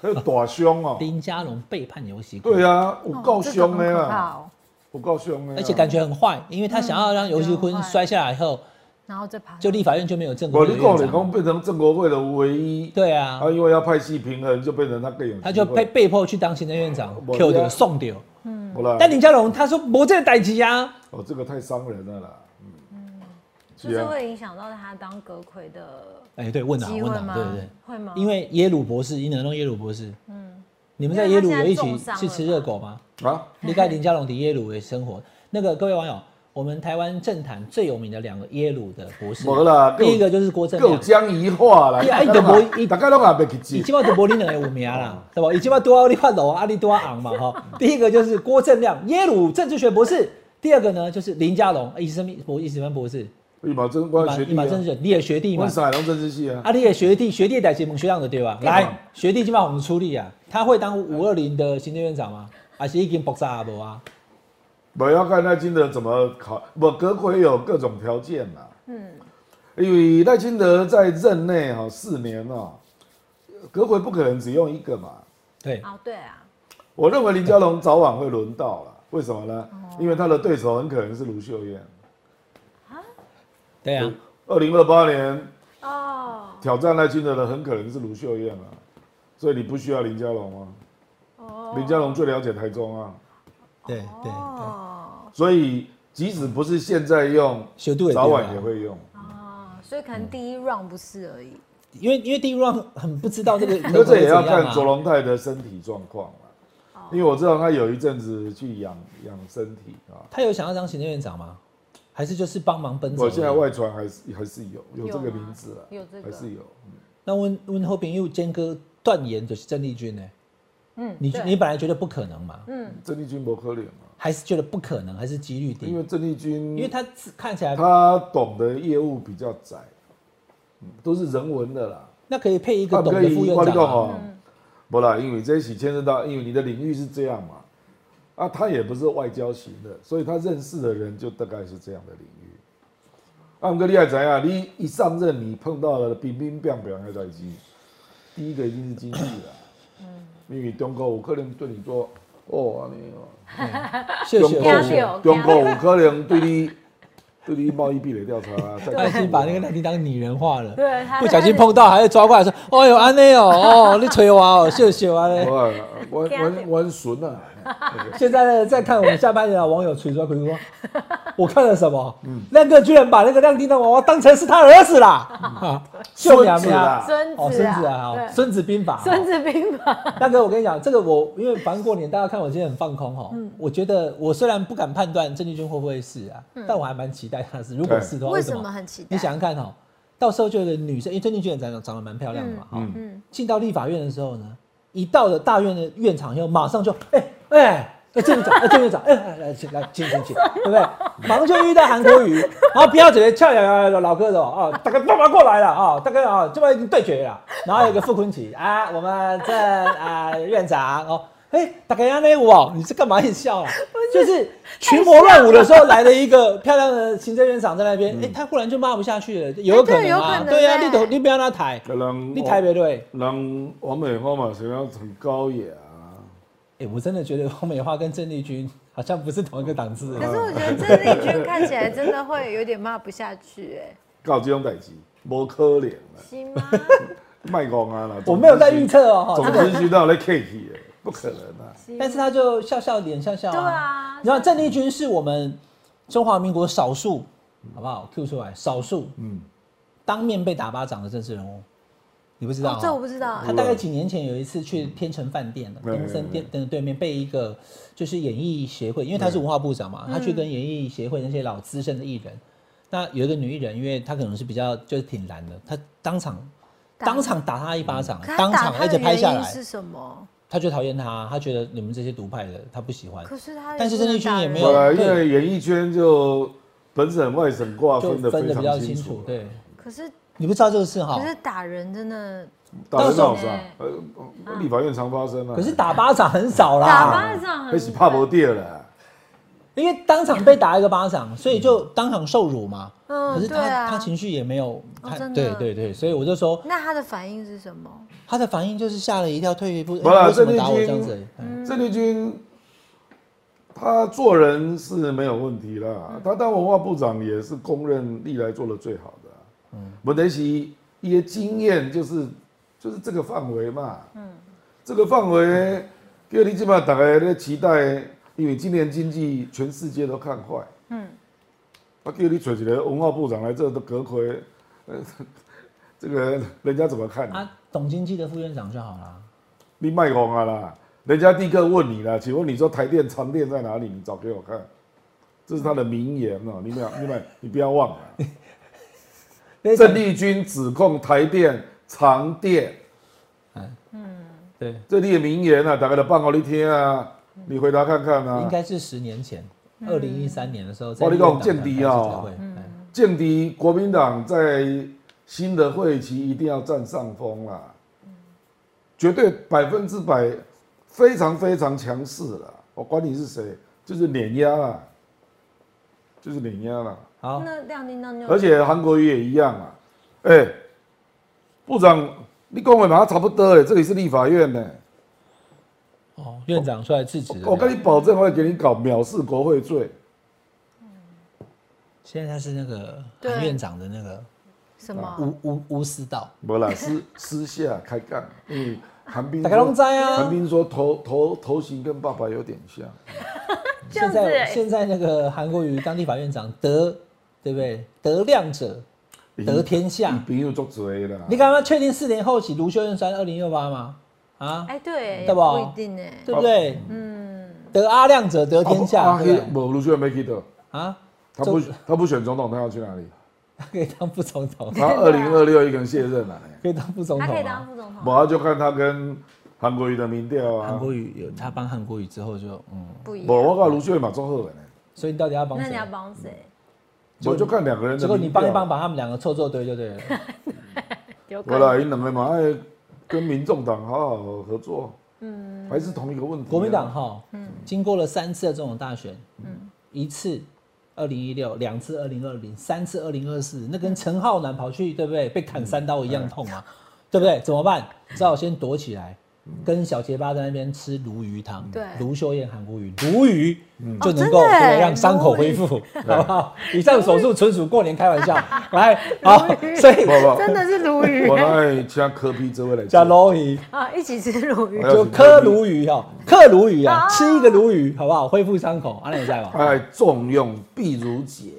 S3: 还有大凶哦、
S2: 林佳龙背叛游戏，
S3: 对啊，我
S4: 哦
S3: 够
S4: 这个
S3: 凶
S4: 很
S3: 的
S4: 可怕
S3: 啦，
S4: 哦
S3: 我够凶的啦，啊
S2: 而且感觉很坏，因为他想要让游戏
S4: 嗯感觉很
S2: 坤
S4: 坏
S2: 摔下来以后，
S4: 然后再爬上
S2: 就立法院就没有正
S3: 我
S2: 规的
S3: 你讲
S2: 院
S3: 你
S2: 长
S3: 讲。变成郑国会的唯一，
S2: 对啊
S3: 啊，，因为要派系平衡，就变成他更有机会，
S2: 他就被被迫去当行政院长
S3: 我
S2: ，Q
S3: 对
S2: 掉
S3: 啊
S2: 送掉。
S3: 不啦，
S2: 但林佳龙他说没这个代志啊，
S3: 哦，这个太伤人了啦，嗯，
S6: 就是是
S3: 啊，
S6: 会影响到他当阁魁的
S2: 哎，对，问啊
S4: 机
S2: 问
S4: 会
S2: 啊，
S4: 吗？
S2: 对不对？
S6: 会吗？
S2: 因为耶鲁博士，伊能弄耶鲁博士，嗯，你们在耶鲁有一起去吃热狗吗？
S3: 啊，
S2: 你看林佳龙的耶鲁的生活，那个各位网友，我们台湾政坛最有名的两个耶鲁的博士，
S3: 没啦
S2: 第一个就是郭正
S3: 够
S2: 亮。
S3: 僵一化啦，
S2: 对啊他就没他
S3: 大家都也袂去
S2: 伊
S3: 接
S2: 即。马就无你两个有名
S3: 哦
S2: 啦，对吧？伊即马多你看楼啊，你多昂嘛哈。第一个就是郭正亮，耶鲁政治学博士；第二个呢就是林佳龙，伊什么博伊什么博士，
S3: 伊嘛哎真我的学
S2: 伊
S3: 弟
S2: 嘛
S3: 啊，
S2: 政治学，你的学弟嘛
S3: 我，上海龙政治系啊，
S2: 啊，你的学弟学弟的代志问学长就对吧？
S3: 对啊
S2: 来，学弟基本上我们出力啊，他会当五二零的行政院长吗？还是已经爆炸啊无啊？
S3: 我要看赖清德怎么考。不，阁魁有各种条件啦。嗯，因为赖清德在任内哈、四年哦，阁魁不可能只用一个嘛。
S2: 对，
S6: 哦，对啊，
S3: 我认为林佳龙早晚会轮到了，为什么呢？
S6: 哦
S3: 因为他的对手很可能是卢秀燕。
S2: 对啊，
S3: 二零二八年
S6: 哦
S3: 挑战赖清德的很可能是卢秀燕啊，所以你不需要林佳龙啊。
S6: 哦
S3: 林佳龙最了解台中啊，
S2: 对对，
S6: 哦
S3: 所以即使不是现在用，
S2: 学度也
S3: 早
S2: 对
S3: 晚也
S2: 啊。
S3: 会用。
S6: 哦，
S4: 啊所以可能第一 round 不是而已。
S2: 因为因为第一 round 很不知道 这个，
S3: 那这也要
S2: 啊
S3: 看卓龙泰的身体状况
S6: 哦
S3: 了，因为我知道他有一阵子去养养身体啊。
S2: 他有想要当行政院长吗？还是就是帮忙奔走而
S3: 我
S2: 已？
S3: 现在外传还是还是有有这个
S6: 吗
S3: 名字了，
S6: 有这个
S3: 还是有。
S2: 那温温厚平又坚哥断言就是郑丽君呢、
S6: 嗯
S2: 你
S6: 对嗯
S2: 你本来觉得不可能嘛，
S3: 郑丽君不可怜嘛，
S2: 还是觉得不可能，还是几率低？
S3: 因为郑丽君，
S2: 因为他自看起来，
S3: 他懂得业务比较窄，嗯都是人文的啦。
S2: 那可以配一
S3: 啊
S2: 个
S3: 不
S2: 懂
S3: 可
S2: 的
S3: 以
S2: 副院
S3: 我跟你
S2: 长啊、
S3: 讲哦，不啦，因为这一起牵涉到，因为你的领域是这样嘛，啊，他也不是外交型的，所以他认识的人就大概是这样的领域。啊，哥，你还怎样？你一上任，你碰到了冰冰冰冰的代机，第一个一定是经济啦，因为中国有可能对你做哦，安尼哦，
S2: 谢谢
S3: 中
S2: 谢
S3: 国
S2: 谢。
S3: 有中国有可能对你对你贸易壁垒调查啊，再
S2: 他已经把那个
S3: 搞
S2: 难题当拟人化了，
S6: 对他
S2: 不小心碰到还会抓过来说：“哦呦，安内哦，哦，你催我哦，秀秀啊嘞。
S3: 我我我我孙啊，那 个”
S2: 现在在看我们下半年的网友捶桌捶说：“我看了什么？亮哥居然把那个亮叮当娃娃当成是他儿子啦！啊，秀娘
S3: 孙子
S2: 娘
S3: 啦，
S6: 嗯孙
S2: 哦，
S6: 子
S2: 孙
S6: 啊，
S2: 子啊，哦
S6: 对
S2: 孙子兵法，哦
S6: 孙子兵法，
S2: 大哥，我跟你讲，这个我因为反正过年，大家看我今天很放空哦。
S6: 嗯
S2: 我觉得我虽然不敢判断郑丽君会不会是啊，
S6: 嗯
S2: 但我还蛮期待她是。如果是的话，
S4: 为
S2: 啊什
S4: 什么很期待？
S2: 你想想看哦，到时候就有个女生，因为郑丽君也长得长得蛮漂亮的嘛，哈、
S3: 嗯
S4: 嗯
S2: 进到立法院的时候呢，一到了大院的院场以后，马上就哎哎、哎，这个长，哎，这个长，哎，来来请来，请请请，对不对？马上就遇到韩国瑜，然后不要觉得翘摇摇的老哥的哦，啊大哥爸爸过来了啊，大哥啊，这边已经对决了，然后有个傅昆萁啊，我们这啊院长哦。哎、大概安内舞哦，你是干嘛一直笑啊？就是群魔乱舞的时候，来了一个漂亮的行政院长在那边，哎、他忽然就骂不下去了，有可能啊，
S4: 嗯哎对有可能
S2: 对呀、啊，
S4: 欸
S2: 你都你不要那台，
S3: 可能
S2: 你台北对。
S3: 人王美花嘛，想要很高雅啊，
S2: 哎、我真的觉得王美花跟郑丽君好像不是同一个档次。
S4: 可是我觉得郑丽君看起来真的会有点骂不下去、哎，
S3: 搞这种代志，无可能啦，
S4: 行吗？
S3: 卖光啊啦！
S2: 我没有在预测哦，
S3: 总
S2: 哈
S3: 之知道在 K T 耶，不可能啊！
S2: 但是他就笑笑脸笑笑、啊。
S6: 对啊
S2: 你知道郑丽君是我们中华民国少数，好不好？Q 出来，少数
S3: 嗯，
S2: 当面被打巴掌的政治人物，你不知道、啊？
S4: 哦这我不知道
S2: 他大概几年前有一次去天成饭店的
S3: 嗯
S2: 东森店的对面，被一个就是演艺协会，因为他是文化部长
S4: 嗯
S2: 嘛，他去跟演艺协会那些老资深的艺人，那有一个女艺人，因为她可能是比较就是挺蓝的，她当场
S4: 打
S2: 当场打他一巴掌
S4: 可，他
S2: 当
S4: 打
S2: 场
S4: 他
S2: 而且
S4: 的
S2: 拍下
S4: 原因
S2: 来
S4: 是，什么？
S2: 他就讨厌他，他觉得你们这些独派的他不喜欢，
S4: 可是他也
S2: 但是
S4: 不能
S2: 郑丽君
S4: 打
S2: 也没
S4: 人
S2: 有
S3: 本来
S2: 对
S3: 因为演艺圈就本省外省挂
S2: 就
S3: 分的
S2: 分
S3: 非
S2: 的比较
S3: 常
S2: 清
S3: 清
S2: 楚
S3: 楚，，
S2: 对，
S4: 可是
S2: 你不知道这个事哈
S4: 可。是打人真的
S3: 打人
S2: 到
S3: 闹
S6: 时候
S3: 啥？呃，立法院常发生啊。
S2: 可是打巴掌很少
S6: 打
S2: 啦，
S6: 巴掌很
S3: 那是怕不掉了，
S2: 因为当场被打一个巴掌，所以就
S3: 嗯
S2: 当场受辱嘛。
S4: 嗯
S2: 可是他、
S4: 对啊哦
S2: 他情绪也没有，他
S4: 真的
S2: 对对对，所以我就说
S4: 那他的反应是什么？
S2: 他的反应就是吓了一跳，退一步，
S3: 不啦
S2: 哎为什么
S3: 郑丽
S2: 打我
S3: 君
S2: 这样子？嗯
S3: 郑丽君，她做人是没有问题啦，她当文化部长也是公认历来做的最好的、嗯，问题是一些经验就是就是这个范围嘛。嗯，这个范围，叫你起码大家在期待，因为今年经济全世界都看坏。嗯，啊，叫你找一个文化部长来这都隔亏，呃， 这个人家怎么看你？
S2: 啊，董经济的副院长就好啦。
S3: 你卖红啊啦！人家立刻问你啦，请问你说台电、长电在哪里？你找给我看，这是他的名言哦、你不要，你不要，你不要 忘了。啊郑丽君指控台电、长电，
S2: 对，
S3: 这你的名言啊，大概的办给你听啊，你回答看看
S2: 应
S3: 啊。
S2: 该是十年前，二零一三年的时候，在
S3: 哇你
S2: 立法
S3: 讲间谍
S2: 党
S3: 啊
S2: 开始开会
S4: 嗯
S2: 哎
S3: 见敌国民党在新的会期一定要占上风啦，绝对百分之百非常非常强势了。我管你是谁，就是碾压啦，就是碾压啦。
S2: 好，
S4: 那亮叮当就
S3: 而且韩国瑜也一样啊。哎、部长，你跟我马上差不多哎，这里是立法院呢、
S2: 哦，院长出来制止了。
S3: 我跟你保证，我会给你搞藐视国会罪。
S2: 现在他是那个
S4: 对哦
S2: 韩院长的那个
S4: 什么？
S2: 吴吴吴思道，
S3: 没 啦，私私下开干，因为韩冰
S2: 大家都知啊
S3: 韩冰说头头头型跟爸爸有点像，
S6: 这样
S2: 现
S6: 子
S2: 在
S6: 欸
S2: 现在那个韩国瑜当立法院长得对不对？得量者得天下
S3: 你。朋友作嘴啦。
S2: 你敢不敢确定四年后起卢修燕删二零六八吗？啊，
S4: 哎，对，
S2: 对吧
S4: 不一定哎。
S2: 对不对？
S6: 哦
S2: 嗯，得阿亮者得天下，
S3: 啊
S2: 对不
S3: 他
S2: 对
S3: 不，卢秀没去的，
S2: 哦啊，
S3: 他不
S2: 周
S3: 他不选总统，他要去 哪里？
S2: 他可以当副总统，
S3: 他二零二六一个人卸任了，
S2: 可以当副总
S6: 他可以
S2: 统
S6: 当
S2: 啊。
S6: 副总统。
S3: 我要就看他跟韩国瑜的民调
S2: 韩
S3: 啊。
S2: 国瑜有他帮韩国瑜之后就嗯，
S4: 不一
S3: 不，
S4: 样。
S3: 我讲卢秀嘛做好的呢，
S2: 所以你到底要帮
S6: 那你要
S2: 谁？
S6: 帮谁？
S3: 我就看两个人的。
S2: 结果你帮一帮，，把他们两个凑凑堆就对了。
S6: 有可
S3: 我
S6: 能
S3: 来两个嘛，哎，跟民众党好好合作，嗯，还是同一个问题啊。
S2: 国民党哈，
S4: 嗯
S2: 经过了三次的总统大选，一次二零一六，两次二零二零，三次二零二四，那
S4: 嗯
S2: 跟陈浩南跑去对不对？被砍三刀一样痛
S4: 哎
S2: 啊，对不对？怎么办？
S4: 嗯
S2: 只好先躲起来，跟小结巴在那边吃鲈鱼汤，
S4: 对
S2: 卢秀燕、韩国瑜，鲈鱼就能够
S4: 哦真的耶
S2: 对让伤口恢复，好不好？以上手术纯属过年开玩笑，来，好，所以
S3: 不不，
S4: 真的是鲈鱼
S3: 我来请柯批这位来
S2: 加
S3: 讲。
S2: 鲈鱼。
S4: 啊，一起吃鲈鱼
S3: 我。要
S2: 就
S3: 请
S2: 磕
S3: 柯批
S2: 鲈鱼哦，克鲈鱼啊， 吃一个鲈鱼好不好？恢复伤口，阿亮在吗？
S3: 他还重用毕如姐，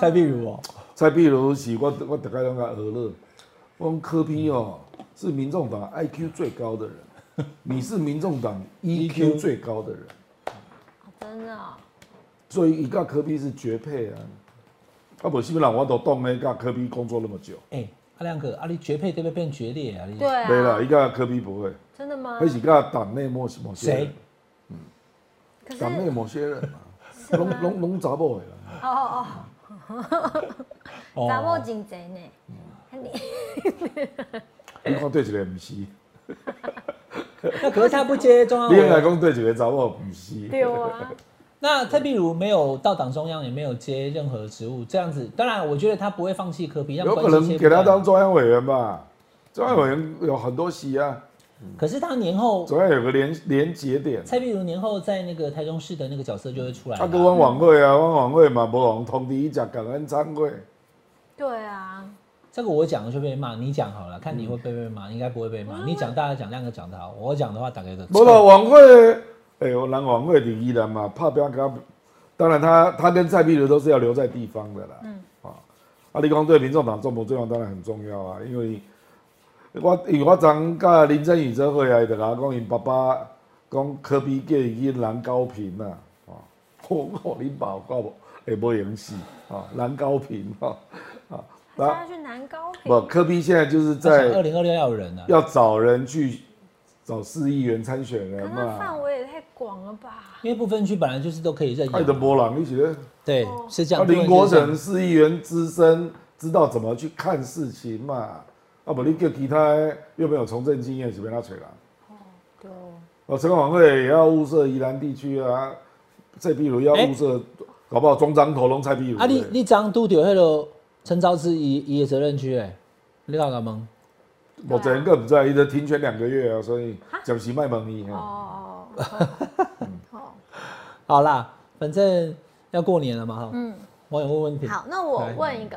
S2: 蔡壁如哦，
S3: 蔡壁如是我我大概拢甲娱乐。我讲柯批哦，
S2: 嗯
S3: 是民众党 IQ 最高的人， 你是民众党
S2: E
S3: EQ 最高的人，
S6: 真的哦，
S3: 所以伊甲柯批是绝配啊。啊，无什么人我都懂咧，甲柯批工作那么久，
S2: 哎，阿亮哥，阿你绝配对不对？变决裂啊？你
S6: 对
S3: 没啦，
S6: 啊，
S3: 伊甲柯批不会，
S6: 真的吗
S3: 而？是甲党内某某些人
S2: 谁？
S4: 可是
S3: 党内某些人嘛，龙龙龙杂不尾了。
S4: 哦哦哦，查某真侪 呢，
S2: 那
S3: 你看对一个不是，你
S2: 可是他不接中央委
S3: 应该
S2: 员，
S3: 讲对一个查某不是。
S6: 对啊，
S2: 那蔡壁如没有到党中央，也没有接任何职务，这样子，当然我觉得他不会放弃科比，让
S3: 有
S2: 关
S3: 可
S2: 系
S3: 能
S2: 切
S3: 给他
S2: 不断
S3: 当中央委员吧，中央委员有很多席啊，
S2: 可是他年后，
S3: 总要有个连连节点。
S2: 蔡壁如年后在那个台中市的那个角色就会出来了
S3: 啊，跟汪晚会啊，汪晚会嘛，无人通知伊食感恩餐会，
S4: 对啊，
S2: 这个我讲了就被骂，你讲好了，看你会被被骂，应该不会被骂。你讲大家讲，亮哥讲的好，我讲的话打给个。
S3: 无啦，晚会，哎、呦，人晚会第一人嘛，怕不要跟他，当然他他跟蔡壁如都是要留在地方的啦，嗯，啊，啊，你讲对民众党重不重要，当然很重要啊，因为我因为我昨天甲林振宇做伙啊，伊就甲我讲，因爸爸讲科比叫伊去蓝高平啊，啊，我我恁爸有够无，会无用死啊，蓝高平啊，啊，
S4: 他
S3: 那
S4: 要去南高平
S3: 不，科比现在就是在
S2: 二零二六要有人啊呢、
S3: 要找人去找市议员参选人
S4: 可那
S3: 嘛
S4: 范。围也太广了吧？
S2: 因为不分区本来就是都可以认
S3: 爱德
S2: 养。
S3: 波朗，你觉得？
S2: 对，是这
S3: 啊，
S2: 样。
S3: 林国
S2: 不然就
S3: 成
S2: 是
S3: 市议员资深，知道怎么去看事情嘛。啊，不，你叫其他的又没有从政经验，随便他吹啦。
S4: 对，
S3: 哦，陈广惠也要物色宜兰地区啊，蔡壁如要物色，搞不好中彰头龙蔡壁如。
S2: 啊，你你张都丢迄个陈昭之伊伊的责任区哎，你搞干嘛？
S3: 我整个不在，一直停权两个月啊，所以讲席卖萌你。哦，
S4: 哦，好，
S2: 好啦，反正要过年了嘛哈。嗯。网友问问题。
S4: 好，那我
S2: 来
S4: 问一个，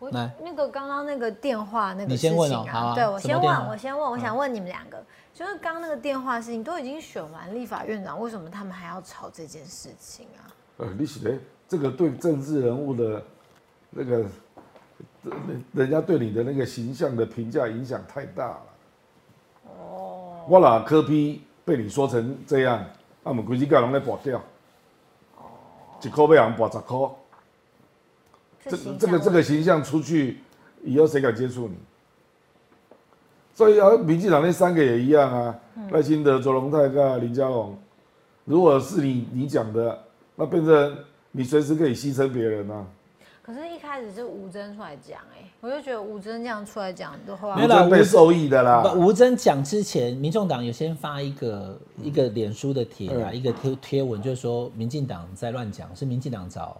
S4: 我
S2: 来
S4: 那个刚刚那个电话那个
S2: 你
S4: 事
S2: 先
S4: 情
S2: 问哦好
S4: 啊，
S2: 啊
S4: 对我
S2: 什么
S4: 先
S2: 电话嗯
S4: 问，我先问，我想问你们两个，就是刚刚那个电话事情都已经选完立法院长，为什么他们还要吵这件事情啊？
S3: 呃，你写的这个对政治人物的那个，呃人家对你的那个形象的评价影响太大了。哦，我啦科比被你说成这样，啊，我们估计盖龙在拔掉。一块被人拔十块，这
S4: 形象
S3: 这个这个
S4: 问
S3: 形象出去以后，谁敢接触你？所以啊，民进党那三个也一样啊，
S4: 嗯
S3: 赖清德、卓荣泰跟林佳龙，如果是你你讲的，那变成你随时可以牺牲别人啊。
S4: 可是，一开始是吴尊出来讲，哎，我就觉得吴尊这样出来讲的话
S2: 没，有
S3: 你
S2: 啦
S3: 真被受益的啦。
S2: 不，吴征讲之前，民众党有先发一个、一个脸书的帖
S3: 嗯
S2: 啊，一个贴贴文，就是说民进党在乱讲，是民进党找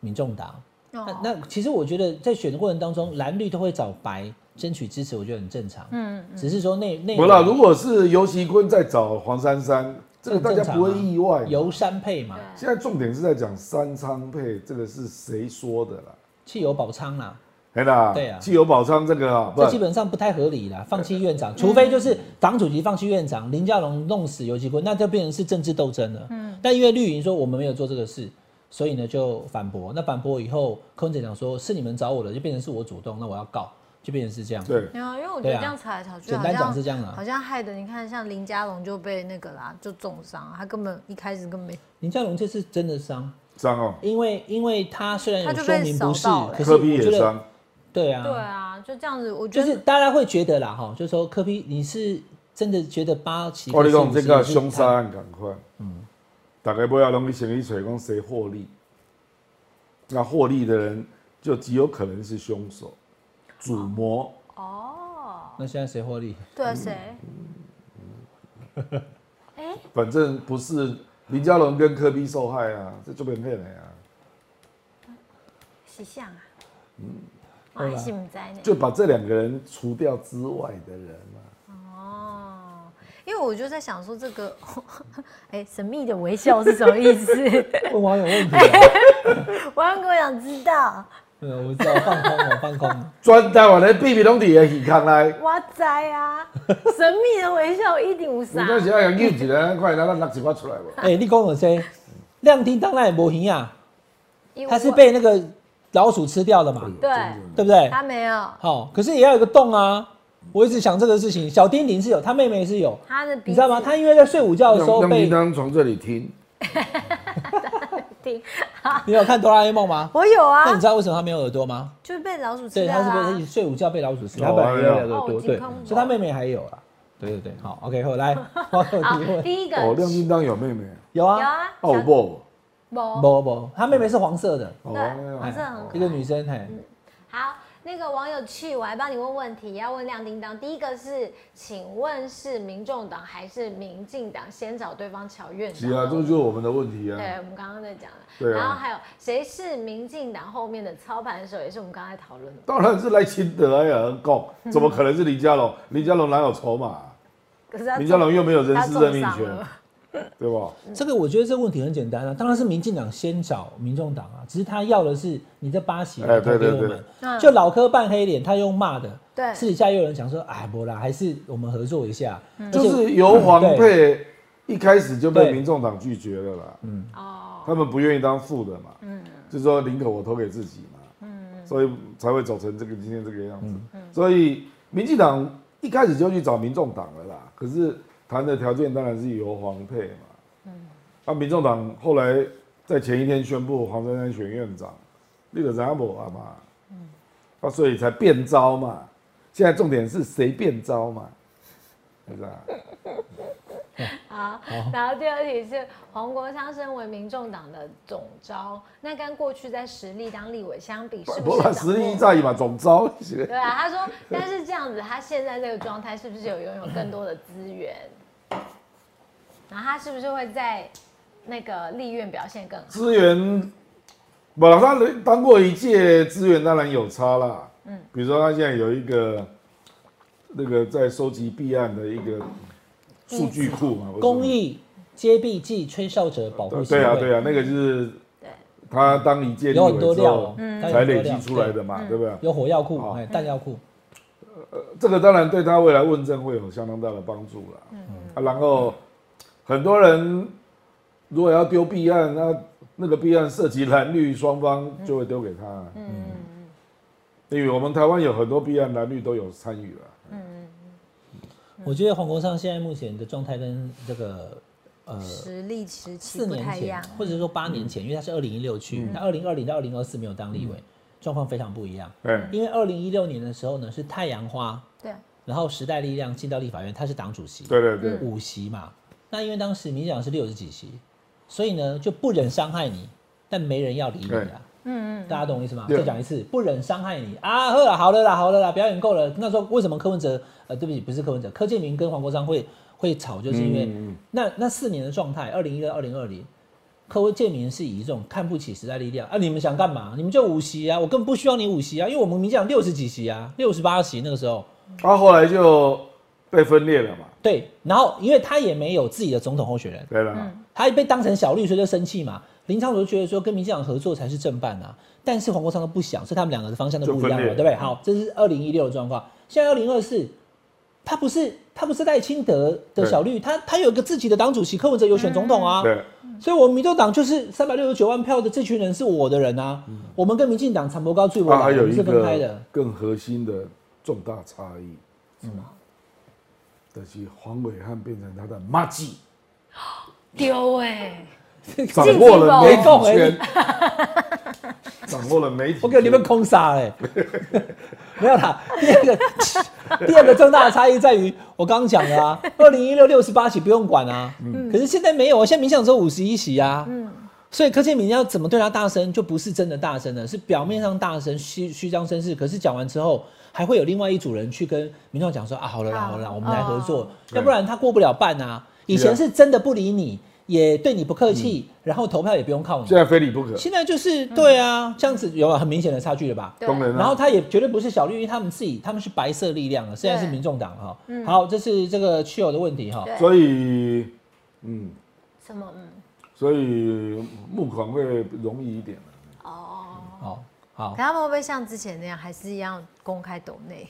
S2: 民众党。
S4: 哦
S2: 那那其实我觉得在选的过程当中，蓝绿都会找白争取支持，我觉得很正常。嗯，只是说那那
S3: 不啦，如果是尤其坤在找黄珊珊，这个大家不会意外。
S2: 游山配嘛，
S3: 现在重点是在讲三仓配，这个是谁说的啦？
S2: 汽油保仓啦，
S3: 哎啦，
S2: 对啊
S3: 汽油保仓这个啊，不
S2: 这基本上不太合理啦。放弃院长，除非就是党主席放弃院长，林佳龙弄死游击坤，那就变成是政治斗争了。嗯，但因为绿营说我们没有做这个事，所以呢就反驳。那反驳以后，柯文哲讲说是你们找我的，就变成是我主动，那我要告，就变成是这样。
S3: 对，
S4: 没有，因为我觉
S2: 对
S4: 得
S2: 啊
S4: 这样吵来吵去，
S2: 简
S4: 好
S2: 单讲
S4: 像
S2: 是这样啊
S4: 好像害得你看，像林佳龙就被那个啦，就重伤，啊他根本一开始根本没
S2: 林佳龙这次真的伤，
S3: 张哦，
S2: 因为因为他虽然
S4: 他
S2: 有
S4: 就
S2: 说
S4: 被
S2: 明
S4: 扫
S2: 不是
S4: 到，了
S2: 可是
S3: 科
S2: 我
S3: 比
S2: 觉
S3: 也
S2: 得
S3: 伤，
S2: 对啊，
S4: 对啊，就这样子，我觉
S2: 就
S4: 得
S2: 是大家会觉得啦哈，就是说柯比你是真的觉得八旗
S3: 我
S2: 跟
S3: 哦跟你
S2: 幸福
S3: 讲这
S2: 是有
S3: 个
S2: 去
S3: 凶杀
S2: 谈
S3: 案赶快，嗯，大概不要容易先去找讲谁获利，那获利的人就极有可能是凶手、主谋。
S4: 哦，
S2: 那现在谁获利？
S4: 对啊，谁？
S3: 反正不是林佳龙跟科比受害啊，这就被骗了呀、
S4: 是像啊？我
S2: 嗯对吧
S4: 还是不知呢。
S3: 就把这两个人除掉之外的人啊。
S4: 哦，因为我就在想说这个，哎，神秘的微笑是什么意思？
S2: 问网友问题啊。
S4: 我要跟我想知道，
S2: 嗯，我知道，放空，我 放空。
S3: 专台湾的秘密拢伫个耳腔内，
S4: 哇塞啊，神秘的微笑一定无
S3: 你
S4: 啥。
S3: 到时候啊要扭一个，快拿咱拿一块出来无？
S2: 哎、你讲有谁？亮丁当然也没赢啊，
S6: 哎
S4: 因为
S2: 他是
S4: 我
S2: 被那个老鼠吃掉的嘛，
S4: 对，
S2: 对不对？
S4: 他没有，
S2: 好、可是也要有个洞啊。我一直想这个事情，小丁丁是有，他妹妹是有，
S4: 他的鼻
S2: 你知道吗？
S4: 子
S2: 他因为在睡午觉的时候
S3: 让叮
S2: 被，
S3: 当从这里听，
S4: 挺
S2: 你有看哆啦 A 梦吗？
S4: 我有啊
S2: 那，你知道为什么他没有耳朵吗？
S4: 就是被老鼠吃
S2: 对，
S6: 啊
S4: 掉
S2: 他
S4: 啊
S2: 是
S4: 啦
S2: 被他睡午觉被老鼠吃，
S3: 哦
S2: 他本来也有
S3: 哎呀
S2: 两个耳朵，
S4: 哦
S2: 对，
S4: 真恐怖
S2: 所以他妹妹还有啦。啊对对对，好，OK，后来网友
S6: 好
S2: 提，问，
S6: 第一个
S3: 哦，亮叮当有妹妹，
S2: 有
S6: 有
S2: 啊，
S6: 啊，
S3: 哦
S6: 不
S3: 不，
S6: 不，
S2: 不不，她妹妹是黄色的，
S3: 哦
S6: 对
S2: 哎
S6: 黄色很可嗯
S2: 一个女生，哎嘿，
S6: 好。那个网友去，我还帮你问问题，要问亮叮当。第一个是，请问是民众党还是民进党先找对方乔院长
S3: 是
S6: 呢？
S3: 啊，这就是我们的问题
S6: 对，
S3: 啊。
S6: 我们刚刚在讲了。
S3: 对啊
S6: 然后还有谁是民进党后面的操盘手，也是我们刚才讨论的。
S3: 当然是赖清德呀，很够， 怎么可能是林佳龙？林佳龙哪有筹码？
S6: 可是他
S3: 林佳龙又没有人
S6: 他
S3: 事
S6: 重
S3: 任命
S6: 伤
S3: 权
S6: 了，
S3: 对吧？
S2: 这个我觉得这个问题很简单啊，当然是民进党先找民众党啊，只是他要的是你这八席
S3: 哎
S2: 投给
S3: 对对
S2: 我
S3: 对
S2: 们，就老柯扮黑脸，他用骂的，
S4: 嗯对
S2: 私底下又有人讲说，哎，不啦，还是我们合作一下，而
S4: 嗯
S3: 就
S2: 且
S3: 是由黄
S2: 嗯
S3: 佩一开始就被
S2: 对
S3: 民众党拒绝了啦，
S6: 哦，
S3: 他们不愿意当副的嘛，就是说宁可我投给自己嘛，所以才会走成这个今天这个样子。所以民进党一开始就去找民众党了啦，可是谈的条件当然是由黄佩嘛，啊，民众党后来在前一天宣布黄珊珊选院长，那个查某啊嘛，啊，所以才变招嘛。现在重点是谁变招嘛，是不是
S6: 好。
S3: 啊？
S6: 然后第二题是黄国昌身为民众党的总召，那跟过去在实力当立委相比，是不
S3: 不
S6: 是
S3: 啦，
S6: 掌
S3: 实力
S6: 握
S3: 一在嘛，总招是不是
S6: 对啊，他说，但是这样子，他现在这个状态是不是有拥有更多的资源？然后他是不是会在那个立院表现更好？
S3: 资源，不啦，他当过一届资源，当然有差啦。嗯，比如说他现在有一个那个在收集弊案的一个数据库嘛，不是
S2: 公益揭弊暨吹哨者保护
S3: 对
S2: 协
S3: 对
S2: 会，
S3: 啊对啊，那个就是他当一届立
S2: 有很多
S3: 委之
S2: 料
S3: 后
S2: 哦，它有
S3: 才
S2: 很多
S3: 累积
S2: 料
S3: 出来的，
S6: 嗯
S3: 嘛，对不对
S2: 对？有火药库、
S3: 哦
S2: 哎弹药库，
S3: 这个当然对他未来问政会有相当大的帮助啦。啊，然后很多人如果要丢弊案，那那个弊案涉及蓝绿双方，就会丢给他。嗯，因为我们台湾有很多弊案，蓝绿都有参与了。
S4: 嗯
S2: 我觉得黄国昌现在目前的状态跟这个呃
S4: 实力时期
S2: 四
S4: 不
S2: 年
S4: 太一
S2: 前
S4: 样，，
S2: 或者说八年
S3: 嗯
S2: 前，因为他是二零一六去，他二零二零到二零二四没有当立委，状况非常不一样。
S3: 哎，
S2: 因为二零一六年的时候呢，是太阳花，
S4: 对，
S2: 然后时代力量进到立法院，他是党主席，
S3: 对对对，
S2: 五席嘛。那因为当时民进党是六十几席，所以呢就不忍伤害你，但没人要理你
S3: 对
S2: 啊。嗯嗯，大家懂我意思吗？
S3: 对
S2: 再讲一次，不忍伤害你啊！呵啦，好了啦，好了啦，表演够了。那时候为什么柯文哲？呃，对不起，不是柯文哲，柯建明跟黄国昌会会吵，就是因为、那那四年的状态，二零一六、二零二零，柯建明是以一种看不起时代力量啊，你们想干嘛？你们就五席啊，我根本不需要你五席啊，因为我们民进党六十几席啊，六十八席那个时候，
S3: 他啊后来就被分裂了嘛。
S2: 对，然后因为他也没有自己的总统候选人，
S3: 对了，
S2: 他一被当成小绿，所以就生气嘛。林昌儒就觉得说跟民进党合作才是正办啊，但是黄国昌都不想，所以他们两个的方向都不一样
S3: 就
S2: 了，
S3: 分裂
S2: 对不对？好，这是二零一六的状况，现在二零二四，他不是他不是赖清德的小绿，他他有一个自己的党主席柯文哲有选总统啊，
S3: 对，
S2: 所以我们民众党就是三百六十九万票的这群人是我的人啊，我们跟民进党长博高最我两
S3: 他嗯啊还
S2: 我
S3: 有
S2: 们
S3: 一
S2: 是分开
S3: 个
S2: 的，
S3: 更核心的重大差异，什么？就是黄伟汉变成他的妈鸡，
S6: 丢哎、
S3: 掌握了媒
S2: 进步
S3: 体圈， 掌握了媒体圈，
S2: 我 给你们空杀嘞、 没有啦。第二个， 第二个重大的差异在于，我刚刚讲的啊，二零一六六十八席不用管啊，可是现在没有啊，现在民进党只有五十一席啊，所以柯建明要怎么对他大声，就不是真的大声了，是表面上大声虚虚张声势，可是讲完之后，还会有另外一组人去跟民众讲说啊，好了啦，好了啦，我们来合作，要不然他过不了半啊。以前是真的不理你，也对你不客气，然后投票也不用靠你
S3: 现。在非你不可。
S2: 现在就是对啊，这样子有很明显的差距了吧？
S4: 嗯对
S3: 当然
S2: 然后
S3: 啦，
S2: 他也绝对不是小绿，因为他们自己他们是白色力量了，现在是民众党哈。好，这是这个去友的问题哈。
S4: 嗯对
S3: 所以，嗯，
S6: 什么嗯
S3: 所以募款会容易一点啊
S6: 哦，
S2: 好，好
S4: 可，他们会不会像之前那样，还是一样公开抖内？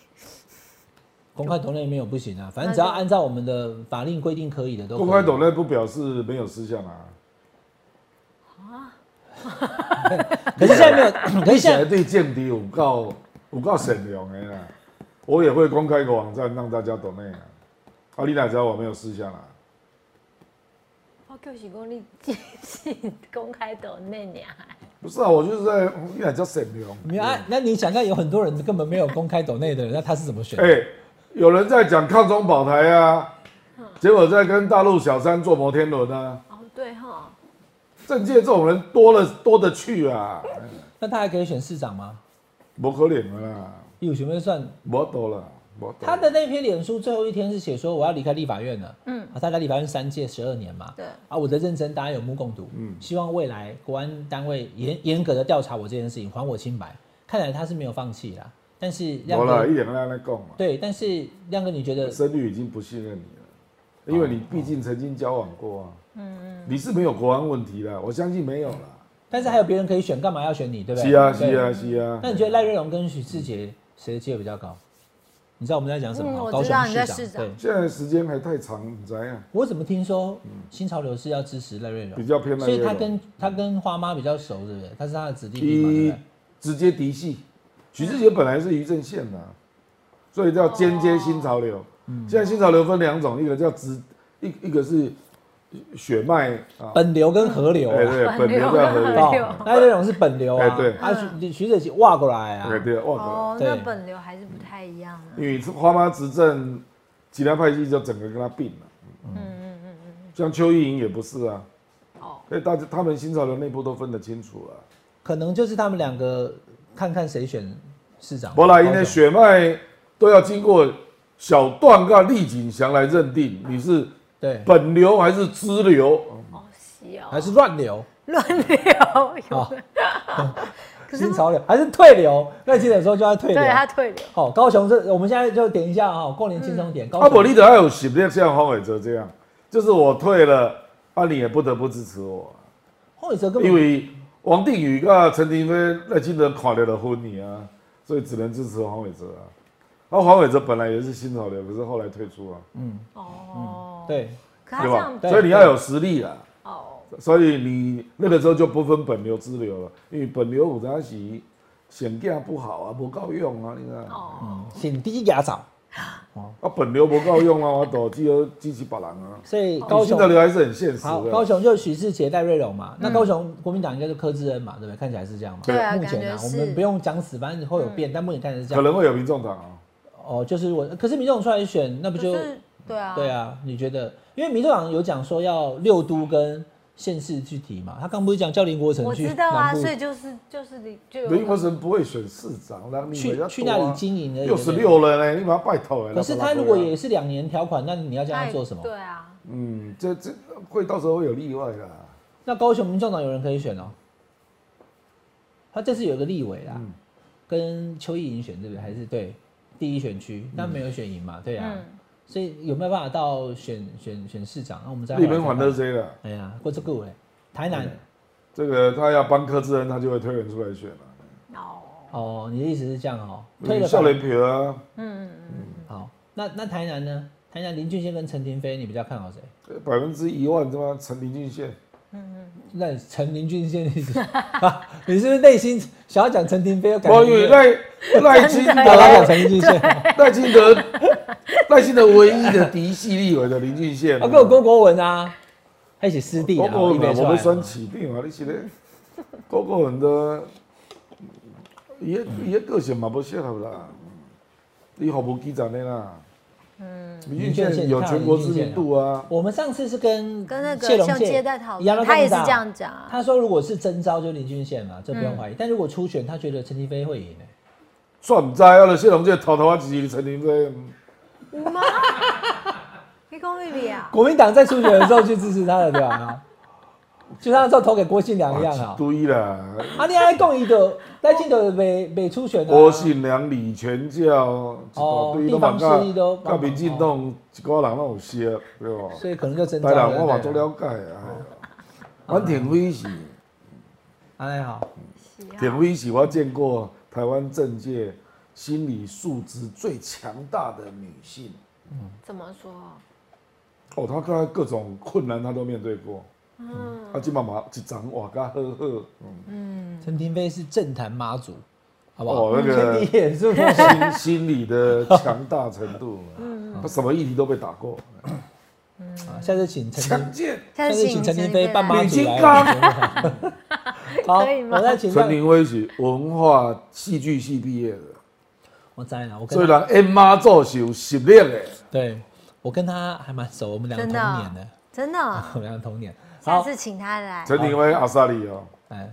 S2: 公开抖内没有不行啊，反正只要按照我们的法令规定可以的都可以
S3: 公开抖内不表示没有思想啊，
S2: 可是现在没 有， 可是现
S3: 现在
S2: 在
S3: 对间谍有告有告沈良的啦，我也会公开一个网站让大家抖内啊。啊，你哪知道我没有思想啊？
S6: 我就是讲你进行 公开抖那年，
S3: 不是啊，我就是在嗯你哪叫沈良？
S2: 没有啊？那你想看有很多人根本没有公开抖内的人，那他是怎么选？
S3: 哎，有人在讲抗中保台啊，结果在跟大陆小三做摩天轮啊，
S6: 哦，对哈，
S3: 政界这种人多了多的去啊，哎
S2: 那他还可以选市长吗？
S3: 没可怜的啦，
S2: 有选会算
S3: 没多了，没得
S2: 他的那篇脸书最后一天是写说我要离开立法院了，嗯，啊，他在立法院三届十二年嘛，
S4: 对
S2: 啊，我的认真大家有目共睹，嗯，希望未来国安单位严严格的调查我这件事情，还我清白。看来他是没有放弃啦，但是亮
S3: 没了，一
S2: 哥
S3: 点跟他来讲嘛，
S2: 对，但是亮哥你觉得
S3: 声律已经不信任你了，因为你毕竟曾经交往过啊，嗯，你是没有国安问题啦，我相信没有啦，
S2: 但是还有别人可以选，干嘛要选你？对不对？
S3: 是啊
S2: 对
S3: 是。啊是啊，
S2: 那你觉得赖瑞荣跟许志杰谁的机会比较高？你知道我们在讲什么吗？
S4: 嗯我
S2: 高
S4: 知
S2: 雄
S4: 道
S2: 市
S4: 你在
S2: 长。
S4: 市长
S2: 对，
S3: 现在时间还太长，你知啊，
S2: 我怎么听说新潮流是要支持赖瑞荣
S3: 嗯比？较偏赖
S2: 所
S3: 瑞
S2: 以
S3: 荣
S2: 他跟他跟花妈比较熟，对不对？他是他的子弟兵嘛，对不
S3: 一
S2: 对？
S3: 直接嫡系，许志杰本来是于正宪的啊、所以叫间接新潮
S2: 哦
S3: 流。
S2: 嗯
S3: 现在新潮流分两种，一个叫直，一一个是血脉啊，
S2: 本流跟河流、啊。
S3: 哎对，本
S6: 本
S3: 流
S6: 流
S3: 叫河
S2: 哦
S3: 流，
S2: 赖瑞荣是本流啊，
S3: 哎对
S2: 啊徐徐子淇挖过来
S3: 哎
S2: 啊，
S3: 对，忘了，
S4: 哦，
S2: 对
S4: 那本流还是不太一样啊。
S3: 因为花妈执政，其他派系就整个跟他并了。嗯嗯嗯嗯，像邱意莹也不是啊，
S6: 哦，
S3: 所以大家他们新潮流内部都分得清楚了、
S2: 可能就是他们两个看看谁选市长。
S3: 伯莱因的血脉都要经过小段跟厉景祥来认定你是
S2: 对，
S3: 本流还是支流。
S6: 哦，是哦，
S2: 还是乱流
S4: 乱流有，
S2: 啊？ 新潮流还是退流？那记者说就要退流
S4: 对。他退流，
S2: 哦，高雄这我们现在就点一下啊，过年轻松点。高
S3: 阿伯
S2: 雄
S3: 利德还有嗯喜不像黄伟哲这样，就是我退了，啊，你也不得不支持我，
S2: 后一哲根
S3: 因
S2: 本
S3: 为王定宇跟陈廷飞那今人垮掉了婚你啊，所以只能支持黄伟哲啊。啊，黄伟哲本来也是新潮流，可是后来退出啊，
S6: 哦，
S2: 对
S4: 可他
S3: 对
S4: 这
S3: 吧
S4: 样？
S2: 对
S3: 所以你要有实力啊，
S6: 哦，
S3: 所以你那个时候就不分本流支流了，因为本流有当时显价不好啊，不够用啊，你看，
S6: 哦，
S2: 显低压早，
S3: 啊本流不够用啊，我都只有支持别人啊。
S2: 所以高
S3: 你新
S2: 雄
S3: 潮流还是很现实
S2: 好，
S3: 的。
S2: 高雄就许志杰、戴瑞荣嘛，那高雄国民党应该就柯志恩嘛，对不对？看起来是这样嘛。
S4: 嗯对啊
S2: 目前
S4: 感
S2: 啊，
S4: 觉
S2: 我
S4: 是嗯
S2: 们不用讲死，反正会有变，但目前看起来是这
S3: 可
S2: 样。
S3: 能会有民众党啊。
S2: 哦，就是我，可是民众出来选，那不
S4: 可
S2: 就是
S4: 对啊，
S2: 对啊？你觉得？因为民众党有讲说要六都跟县市去提嘛，他刚不是讲叫林国成
S4: 我
S2: 去
S4: 知道啊，
S2: 南部
S4: 所以就是就是你就有
S3: 林国成不会选市长，那你
S2: 去去那里经营而已。
S3: 啊六十六人啊呢，你把他拜托了。
S2: 可是他如果也是两年条款，那你要叫他做什么？
S6: 对啊，
S3: 嗯，这这会到时候会有例外啦。
S2: 那高雄民众党有人可以选哦，他这次有个立委啦，
S3: 嗯
S2: 跟邱意莹选对不对？还是对第一选区，但
S3: 嗯
S2: 没有选赢嘛，对啊，所以有没有办法到选选选市长？那我们再
S3: 立门反
S2: 反
S3: 乐谁了？
S2: 哎呀，过这个哎，台南
S3: 这个他要帮柯志恩，他就会推人出来选了。
S6: 哦，
S2: 哦，你的意思是这样哦，推
S3: 嗯
S2: 了
S3: 笑
S2: 吧
S3: 脸皮啊，
S2: 好，那那台南呢？台南林俊宪跟陈廷飞，你比较看好谁？
S3: 百分之一万他妈陈林俊宪，
S2: 那陈林俊宪，你是 你是不是内心想要讲陈廷飞？又感
S3: 我以
S2: 觉
S3: 为 赖赖清
S2: 大家讲
S3: 德，
S2: 陈林俊宪。
S3: 赖清德，赖清德唯一的嫡系立委的林俊宪啊。
S2: 啊，跟我郭国文啊，他一起师弟
S3: 高
S2: 啊，
S3: 过
S2: 一
S3: 人
S2: 边出
S3: 我
S2: 来
S3: 们
S2: 嘛
S3: 算起定啊，你是咧，高过人的，伊个伊个个性嘛不适合啦，你服务基层的啦，嗯，林俊宪有全国知名度啊，
S2: 我们上次是跟
S4: 跟那个
S2: 谢龙
S4: 像
S2: 介
S4: 接待讨
S2: 一样
S4: 论，他也是这样
S2: 子。
S4: 讲啊。嗯
S2: 他说如果是征召就林俊宪嘛，这不用怀疑。但如果初选，他觉得陈廷飞会赢欸
S3: 算唔知啊，了谢龙介头头啊，自己陈林飞，
S4: 你讲玉里啊，
S2: 国民党在初选的时候去支持他的，对吧？ 就像那时候投给郭信良一样 啊。
S3: 对啦，
S2: 啊，你还共一个赖清德没没初选啊？
S3: 郭信良、李全教，
S2: 哦
S3: 一大堆
S2: 地方
S3: 嘛
S2: 势力都
S3: 甲民进党一个人拢有些，对吧？
S2: 所以可能就征召
S3: 当然
S2: 了。
S3: 我嘛
S2: 对
S3: 都
S2: 不对
S3: 了解啊，哎呀，阮挺辉是。
S2: 安内哎好，
S3: 田辉喜，我见过台湾政界心理素质最强大的女性。
S6: 怎么说？
S3: 哦，她看各种困难她都面对过。嗯，她今妈妈一掌哇嘎呵呵，嗯，
S2: 陈廷飞是政坛妈祖，好不好？
S3: 哦 那个
S2: 你也是不是？
S3: 心 心理的强大程度，她什么议题都被打过，
S2: 啊下次请陈廷
S3: 强健。
S4: 下
S2: 但
S4: 次
S2: 是
S4: 请
S2: 请陈廷飞扮妈
S4: 来
S3: 你
S2: 祖
S3: 金
S2: 来
S3: 刚
S2: 我们节目。 好，
S4: 可以吗
S2: 我再请
S3: 陈
S2: 亮，
S3: 廷辉是文化戏剧系毕业的，
S2: 我知啦，我
S3: 所以
S2: 跟他
S3: 人 M 妈做是有实力的，
S2: 对，我跟他还蛮熟，我们两个
S4: 真
S2: 同
S4: 的
S2: 年的，
S4: 真的哦，
S2: 我们两个同年。
S4: 下
S2: 好，
S4: 次嗯请他来，
S3: 陈廷威阿萨利哦，
S2: 哎，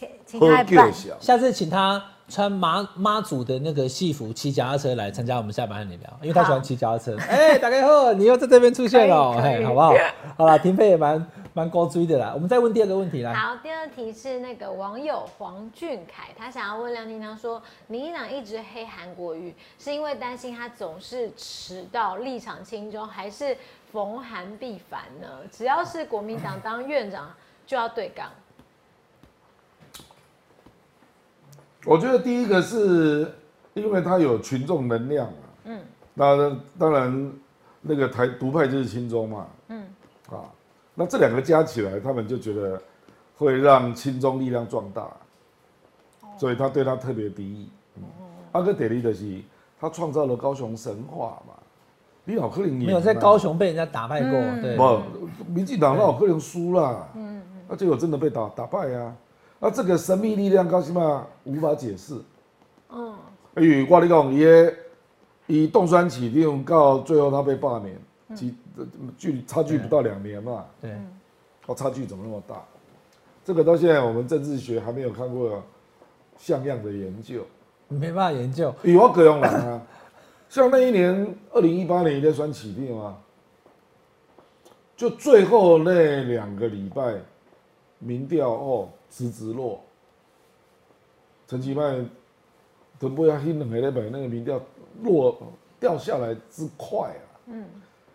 S4: 可以请他
S3: 喝
S4: 来办
S3: 够。小，
S2: 下次请他穿妈妈祖的那个戏服，骑脚踏车来参加我们下班和你聊，因为他喜欢骑脚踏车。 哎、大概后你又在这边出现了，
S6: 可以
S2: 哎、好不好？ 好了，停费也蛮蛮高追的啦。我们再问第二个问题啦。
S6: 好，第二题是那个网友黄俊凯，他想要问梁婷堂说，民进党一直黑韩国瑜，是因为担心他总是迟到、立场轻中，还是逢韩必反呢？只要是国民党当院长，就要对杠。
S3: 我觉得第一个是因为他有群众能量啊，嗯，那当然那个台独派就是亲中嘛，嗯，啊，那这两个加起来，他们就觉得会让亲中力量壮大，所以他对他特别敌意。嗯阿哥德利的是他创造了高雄神话嘛，你老克林
S2: 没有在高雄被人家打败过，
S4: 嗯
S2: 对，
S3: 嗯不，民进党那有可能输啦，嗯，那、结果真的被打打败啊，那这个神秘力量高兴嘛无法解释，嗯，因为我跟你讲，伊的伊冻酸起利用到最后他被罢免，其距差距不到两年嘛，
S2: 对，
S3: 哦，差距怎么那么大？这个到现在我们政治学还没有看过像样的研究，
S2: 没办法研究。
S3: 有啊，葛永兰啊， 像那一年二零一八年也在选起立嘛，就最后那两个礼拜，民调哦直直落，陈其迈、屯部要迄两个礼拜那个民调落掉下来之快啊，嗯，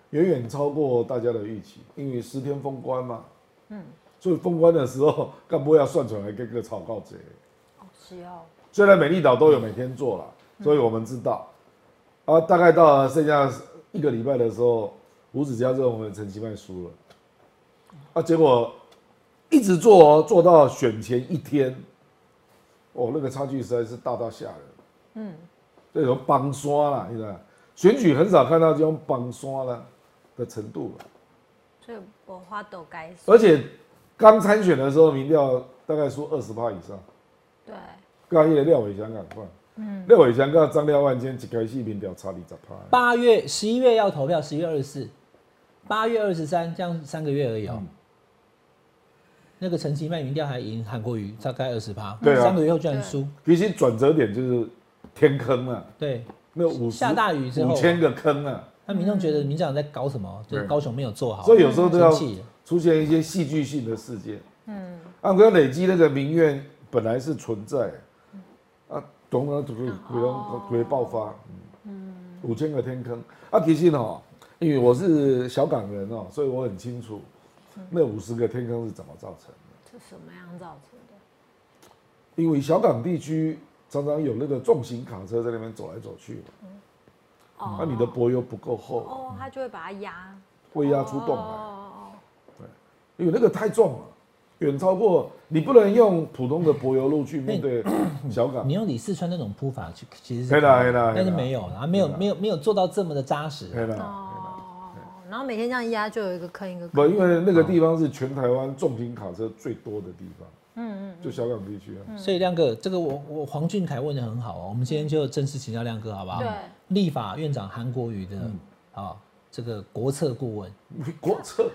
S3: 远远超过大家的预期，因为十天封关嘛，嗯，所以封关的时候干部要算出来跟个草告贼。
S6: 是哦，
S3: 虽然美丽岛都有每天做了，所以我们知道，啊，大概到了剩下一个礼拜的时候，吴子嘉认为陈其迈输了，啊，结果一直做哦做到选前一天，哦，那个差距实在是大到吓人，嗯，这种帮刷啦，你知道，选举很少看到这种帮刷啦的程度了，
S4: 所以我花豆该死。
S3: 而且刚参选的时候民调大概输二十趴以上。
S4: 对，
S3: 甲迄个廖伟啊翔共款。
S2: 嗯
S3: 廖伟翔甲张廖万坚一开始民调差二十趴，
S2: 八月、十一月要投票，十一月二十四，八月二十三，这样三个月而已哦。那个陈其迈民调还赢韩国瑜，大概二十趴，
S3: 对啊
S2: 三个月后居然输，
S3: 其实转折点就是天坑啊，
S2: 对，
S3: 那五十
S2: 下大雨之后
S3: 五千个坑啊，
S2: 那民众觉得民进党在搞什么？就是
S3: 对
S2: 高雄没有做好，
S3: 所以有时候都要
S2: 生气了
S3: 出现一些戏剧性的事件。嗯，按哥累积那个民怨本来是存在，
S2: 嗯
S3: 啊，总而鬼
S2: 哦
S3: 鬼鬼爆发，嗯，五千个天坑啊，其实哦，因为我是小港人哦，所以我很清楚
S2: 嗯
S3: 那五十个天坑是怎么造成的。
S6: 这什么样造成的？
S3: 因为小港地区常常有那个重型卡车在那边走来走去嘛，啊
S6: 哦
S3: 那、你的柏油不够厚，
S6: 哦，他就会把它压。
S3: 会压出洞
S6: 哦
S3: 来，
S6: 哦
S3: 因为那个太重了，远超过你不能用普通的柏油路去面对小港
S2: 你。用李四川那种铺法去，其实是
S3: 黑啦黑啦，
S2: 但是没
S3: 有，
S2: 有啦，没有
S3: 对啦
S2: 没有没有做到这么的扎实。
S3: 黑
S6: 哦哦，
S3: 啦，
S4: 哦然后每天这样压，就有一个坑一个
S3: 不，
S4: 坑。
S3: 因为
S2: 哦
S3: 那个地方是全台湾重型卡车最多的地方，嗯嗯，就小港地区啊，
S2: 所以亮哥，这个我我黄俊凯问的很好哦，我们今天就正式请教亮哥好不好？
S6: 对，
S2: 立法院长韩国瑜的
S3: 嗯
S2: 啊、这个国策顾问，
S3: 国策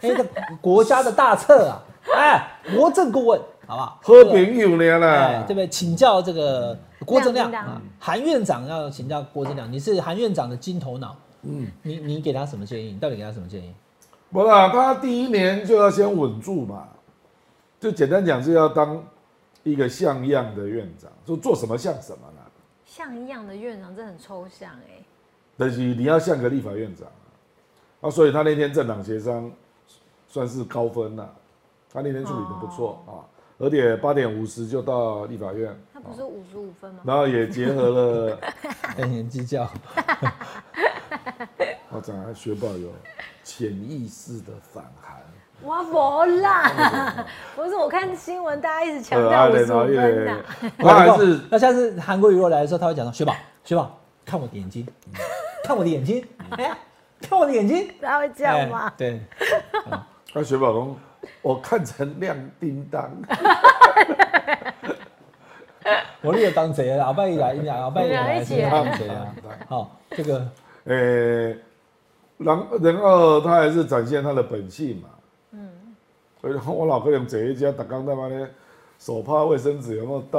S2: 哎、这国家的大策 啊，哎，国政顾问，好不好？
S3: 喝朋友了啦
S2: 啊哎，，对不对？请教这个郭正亮
S6: 亮
S2: 啊，韩院长要请教郭正亮，你是韩院长的金头脑，嗯，你你给他什么建议？你到底给他什么建 议？
S3: 不啦，他第一年就要先稳住嘛，就简单讲是要当一个像样的院长，就做什么像什么啦。
S4: 像一样的院长，这很抽象哎。
S3: 但是你要像个立法院长啊，啊，所以他那天政党协商算是高分啦、他那天处理的不错、啊，而且八点五十就到立法院，
S4: 哦
S3: 啊
S4: 他
S6: 哦
S4: 不是五十五分吗？
S3: 然后也结合了，
S2: 跟人计较，
S3: 我讲啊学报有潜意识的反韩。
S6: 哇，没 啦，不是，我看新闻大家一直强
S3: 啊
S6: 调五
S3: 然
S6: 十
S3: 后也
S6: 分呐。
S3: 他还是
S2: 那下次韩国瑜如果来的时候，他会讲到雪宝，雪宝，看我的眼 睛，看我的眼睛，
S3: 嗯
S2: 哎，看我的眼睛，
S4: 他会这
S2: 这
S4: 样吗？
S2: 对，
S3: 那雪 宝龙，我看成亮叮当。
S2: 我列当贼啊，阿拜一来一来，阿拜一来
S6: 一
S2: 一
S6: 起
S2: 来，
S3: 看
S2: 当
S3: 谁
S2: 贼
S3: 啊
S2: 啊？？好，这个
S3: 呃，然然后他还是展现他的本性嘛。嗯。所以我老客人坐一家，打刚他妈的手帕、卫生纸有没有带？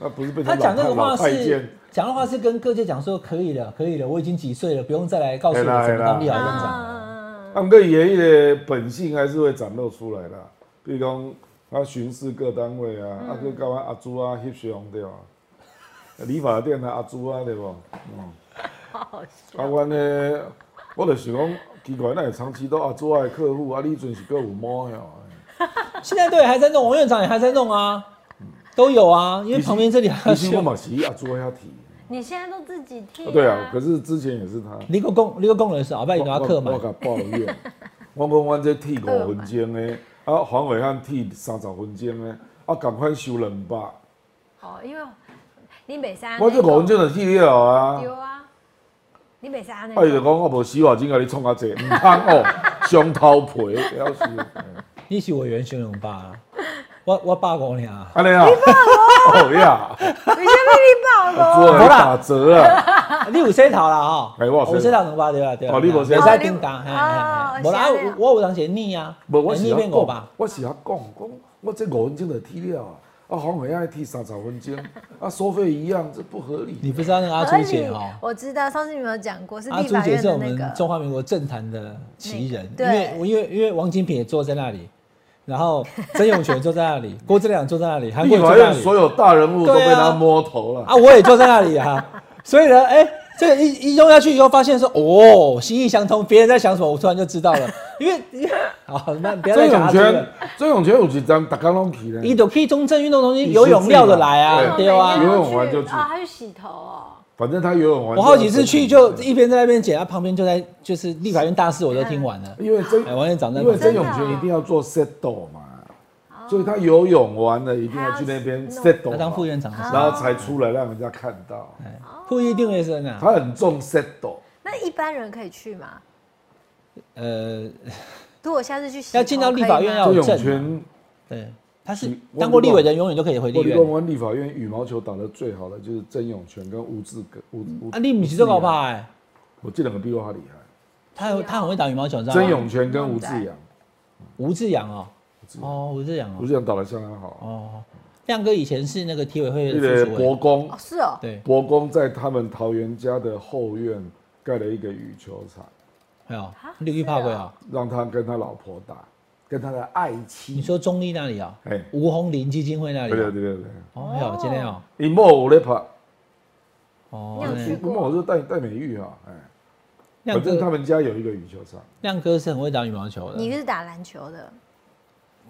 S3: 那不是被
S2: 他讲这
S3: 那
S2: 个话
S3: 太监
S2: 是。讲的话是跟各界讲说可以了，可以了，我已经几岁了，不用再来告诉我
S3: 哎啦
S2: 怎么当
S3: 哎
S2: 立
S3: 啦
S2: 法
S6: 嗯
S2: 院
S4: 啊
S2: 长。
S6: 嗯嗯
S3: 按个啊爷爷的本性还是会展露出来的，比如讲他巡视各单位啊，啊去干嘛阿朱啊翕相对吧？理发店的阿朱啊对不？嗯，啊，阮呢，我就是讲奇怪，那长期都阿朱啊的客户，啊你阵是个有毛的哦。
S2: 现在对还在弄，王院长也还在弄啊，都有啊，因为旁边这里还
S3: 其实我
S2: 有。
S3: 嘛是阿朱遐提，
S6: 你现在都自己剃、
S3: 啊对啊，可是之前也是他。
S2: 你个供你个供人是阿拜拿克嘛
S3: 我？甲抱怨，我讲阮这剃五分钟的，啊黄伟汉剃三十分钟的，啊赶快收两百。
S6: 哦，因
S4: 因
S6: 为
S4: 为你每三
S3: 我这五分钟就去了啊！
S4: 丢啊，你每三
S3: 啊，伊就讲我无洗发精甲你创较济，毋通哦，伤头皮，要死！
S2: 你是委员选勇爸啊，我我爸讲你啊，
S3: 安尼啊， 哦呀，
S4: 你先被你爆
S3: 做
S4: 了。
S3: 还打折啊！
S2: 你有洗头啦吼，
S3: 哎我有洗头
S2: 有洗头两百对啦对啦。
S3: 哦你无洗头
S2: 使叮当，嘿
S4: 哦
S2: 嘿嘿。无啦，啊
S4: 是这样
S2: 我我有当时腻啊，
S3: 无我是哦
S2: 腻
S3: 要
S2: 变五
S3: 讲
S2: 吧。，
S3: 我是要讲讲，我这五分钟就剃了啊，啊黄伟爱剃三十分钟，啊收费一样，这不合理。
S2: 你不知道那个阿
S4: 合
S2: 朱
S4: 理
S2: 姐哦，
S4: 我知道上次你们有讲过，是
S2: 阿
S4: 立
S2: 朱
S4: 法
S2: 姐
S4: 院
S2: 是我
S4: 的那
S2: 们
S4: 个，哦
S2: 中华民国政坛的奇人，
S4: 那个对
S2: 因为因为因为王金平也坐在那里，然后曾永权坐在那里，郭正亮坐在那里，韩国
S3: 立
S2: 也坐
S3: 法
S2: 在那
S3: 院
S2: 里
S3: 所有大人物都被
S2: 对啊
S3: 他摸头了。
S2: 啊，我也坐在那里啊，所以呢，哎、这个一一用下去以后，发现说哦，心意相通，别人在想什么，我突然就知道了，因为因为好，那不要
S3: 曾
S2: 再讲
S3: 永
S2: 阿朱
S3: 权
S2: 了，，
S3: 曾永权有一张大家拢去
S2: 你
S3: 咧，
S2: 都可以中正运动中心游泳料的来啊，
S3: 对
S2: 对啊
S6: 每天。
S3: 游
S6: 都
S3: 泳完就去
S6: 去啊，他去洗头哦，
S3: 反正他游泳完。
S2: 我好几次去就一边在那边剪，啊，旁边就在就是立法院大事我都听完
S4: 嗯
S2: 了，
S3: 因为曾
S2: 哎，王院长在
S3: 因为
S2: 旁边
S3: 曾永权一定要做 settle 嘛，所以他游泳完了一定要去那边 settle，
S2: 他
S3: 嘛
S2: 当副院长哦的时
S4: 哦
S3: 然后才出来让人家看到，
S2: 候，哎不一定会生啊。
S4: 哦
S3: 他很重 settle。
S4: 那一般人可以去吗？
S2: 呃，
S4: 如果下次去洗头
S2: 要进到立法院
S4: 可以
S2: 要
S4: 吗
S2: 有
S3: 曾永
S2: 证啊，
S3: 权，
S2: 对，他是
S3: 你我
S2: 当过立委的，永远都可以回立
S3: 我立
S2: 院
S3: 功。湾立法院羽毛球打得最好的就是曾永权跟吴志格，吴吴
S2: 啊，你不是这个？吧？哎，
S3: 我这两个比我还厉害，
S2: 他他很会打羽毛球，你知道吗？嗯
S3: 曾永权跟吴志阳，
S2: 吴志阳哦，哦，吴志阳
S3: 吴
S2: 哦，
S3: 志阳打得相当好，
S2: 哦，亮哥以前是那个体委会
S3: 那个
S2: 的副主
S3: 国
S2: 委，
S3: 公
S4: 哦，是哦，
S2: 对，
S3: 国公在他们桃园家的后院盖了一个羽球场，
S2: 还有哎绿玉怕鬼啊，
S3: 让他跟他老婆打，跟他的爱
S2: 你
S3: 妻。
S2: 说中立那里啊，
S3: 哎，
S2: 吴红林基金会那里
S3: 对对
S2: 啊，
S3: 对对对，
S2: 哦，有今天哦，
S3: 你莫有咧拍，
S2: 哦
S4: 你，有去
S2: 对
S3: 你莫我就戴戴美玉啊，哎，
S2: 亮
S3: 反正他
S2: 哥
S3: 们家有一个羽球场，
S2: 亮哥是很会打羽毛球
S4: 你
S2: 的，
S4: 是打篮球的，